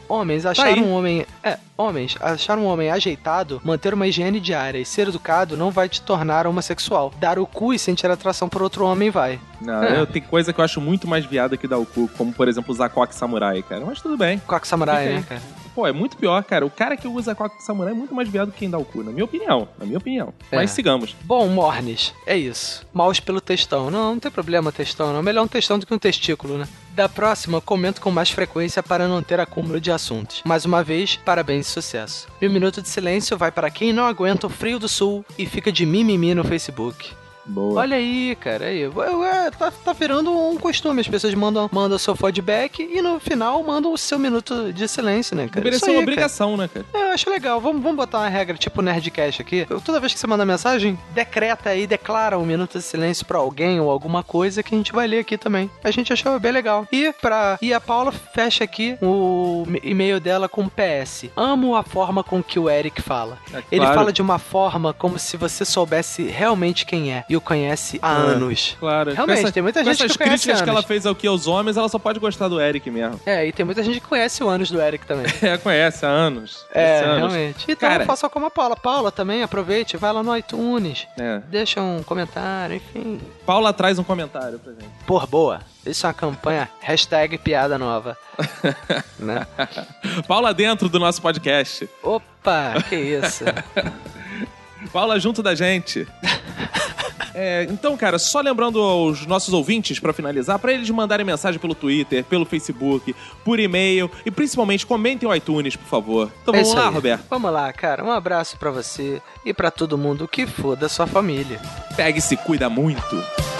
homens
aí.
acharam um homem. É, homens, achar um homem ajeitado, manter uma higiene diária e ser educado não vai te tornar homossexual. Dar o cu e sentir atração por outro homem vai.
Não,
É.
eu, tem coisa que eu acho muito mais viada que dar o cu, como por exemplo usar coque samurai, cara. Mas tudo bem.
Coque samurai,
Fica
né,
aí.
cara?
Pô, é muito pior, cara. O cara que usa coque samurai é muito mais viado que quem dá o cu, na minha opinião. Na minha opinião.
É.
Mas sigamos.
Bom, Mornes, é isso. Maus pelo textão. Não, não tem problema textão, não. Melhor um textão do que um testículo, né? Da próxima, comento com mais frequência para não ter acúmulo de assuntos. Mais uma vez, parabéns e sucesso. E o Minuto de Silêncio vai para quem não aguenta o frio do sul e fica de mimimi no Facebook.
Boa.
Olha aí, cara. Aí. Ué, ué, tá, tá virando um costume. As pessoas mandam, mandam seu feedback e no final mandam o seu minuto de silêncio, né, cara?
Deveria
Isso
ser
aí,
uma
cara.
obrigação, né, cara?
É, eu acho legal. Vamos, vamos botar uma regra tipo Nerdcast aqui. Eu- toda vez que você manda mensagem, decreta aí, declara um minuto de silêncio pra alguém ou alguma coisa que a gente vai ler aqui também. A gente achou bem legal. E pra e a Paula fecha aqui o me- e-mail dela com PS. Amo a forma com que o Eric fala. Ele
É claro.
fala de uma forma como se você soubesse realmente quem é e o conhece há
É,
anos.
Claro.
Realmente,
Com essa-
tem muita gente
com essas
que conhece
críticas que ela
anos.
fez aqui aos homens, ela só pode gostar do Eric mesmo. (laughs)
É, e tem muita gente que conhece o anos do Eric também.
É, conhece há anos.
É,
Conhece há anos.
realmente. Então
cara,
faça como a Paula. Paula também, aproveite, vai lá no iTunes,
É.
deixa um comentário, enfim.
Paula traz um comentário pra gente.
Por boa. Isso é uma campanha hashtag piada nova. né?
Paula dentro do nosso podcast.
(laughs) É Opa, que isso.
Paula junto da gente. É, então, cara, só lembrando aos nossos ouvintes, pra finalizar, pra eles mandarem mensagem pelo Twitter, pelo Facebook, por e-mail e principalmente comentem o iTunes, por favor. Então
É
vamos
isso
lá,
aí.
Roberto.
Vamos lá, cara. Um abraço pra você e pra todo mundo que for da sua família.
Pegue-se, cuida muito.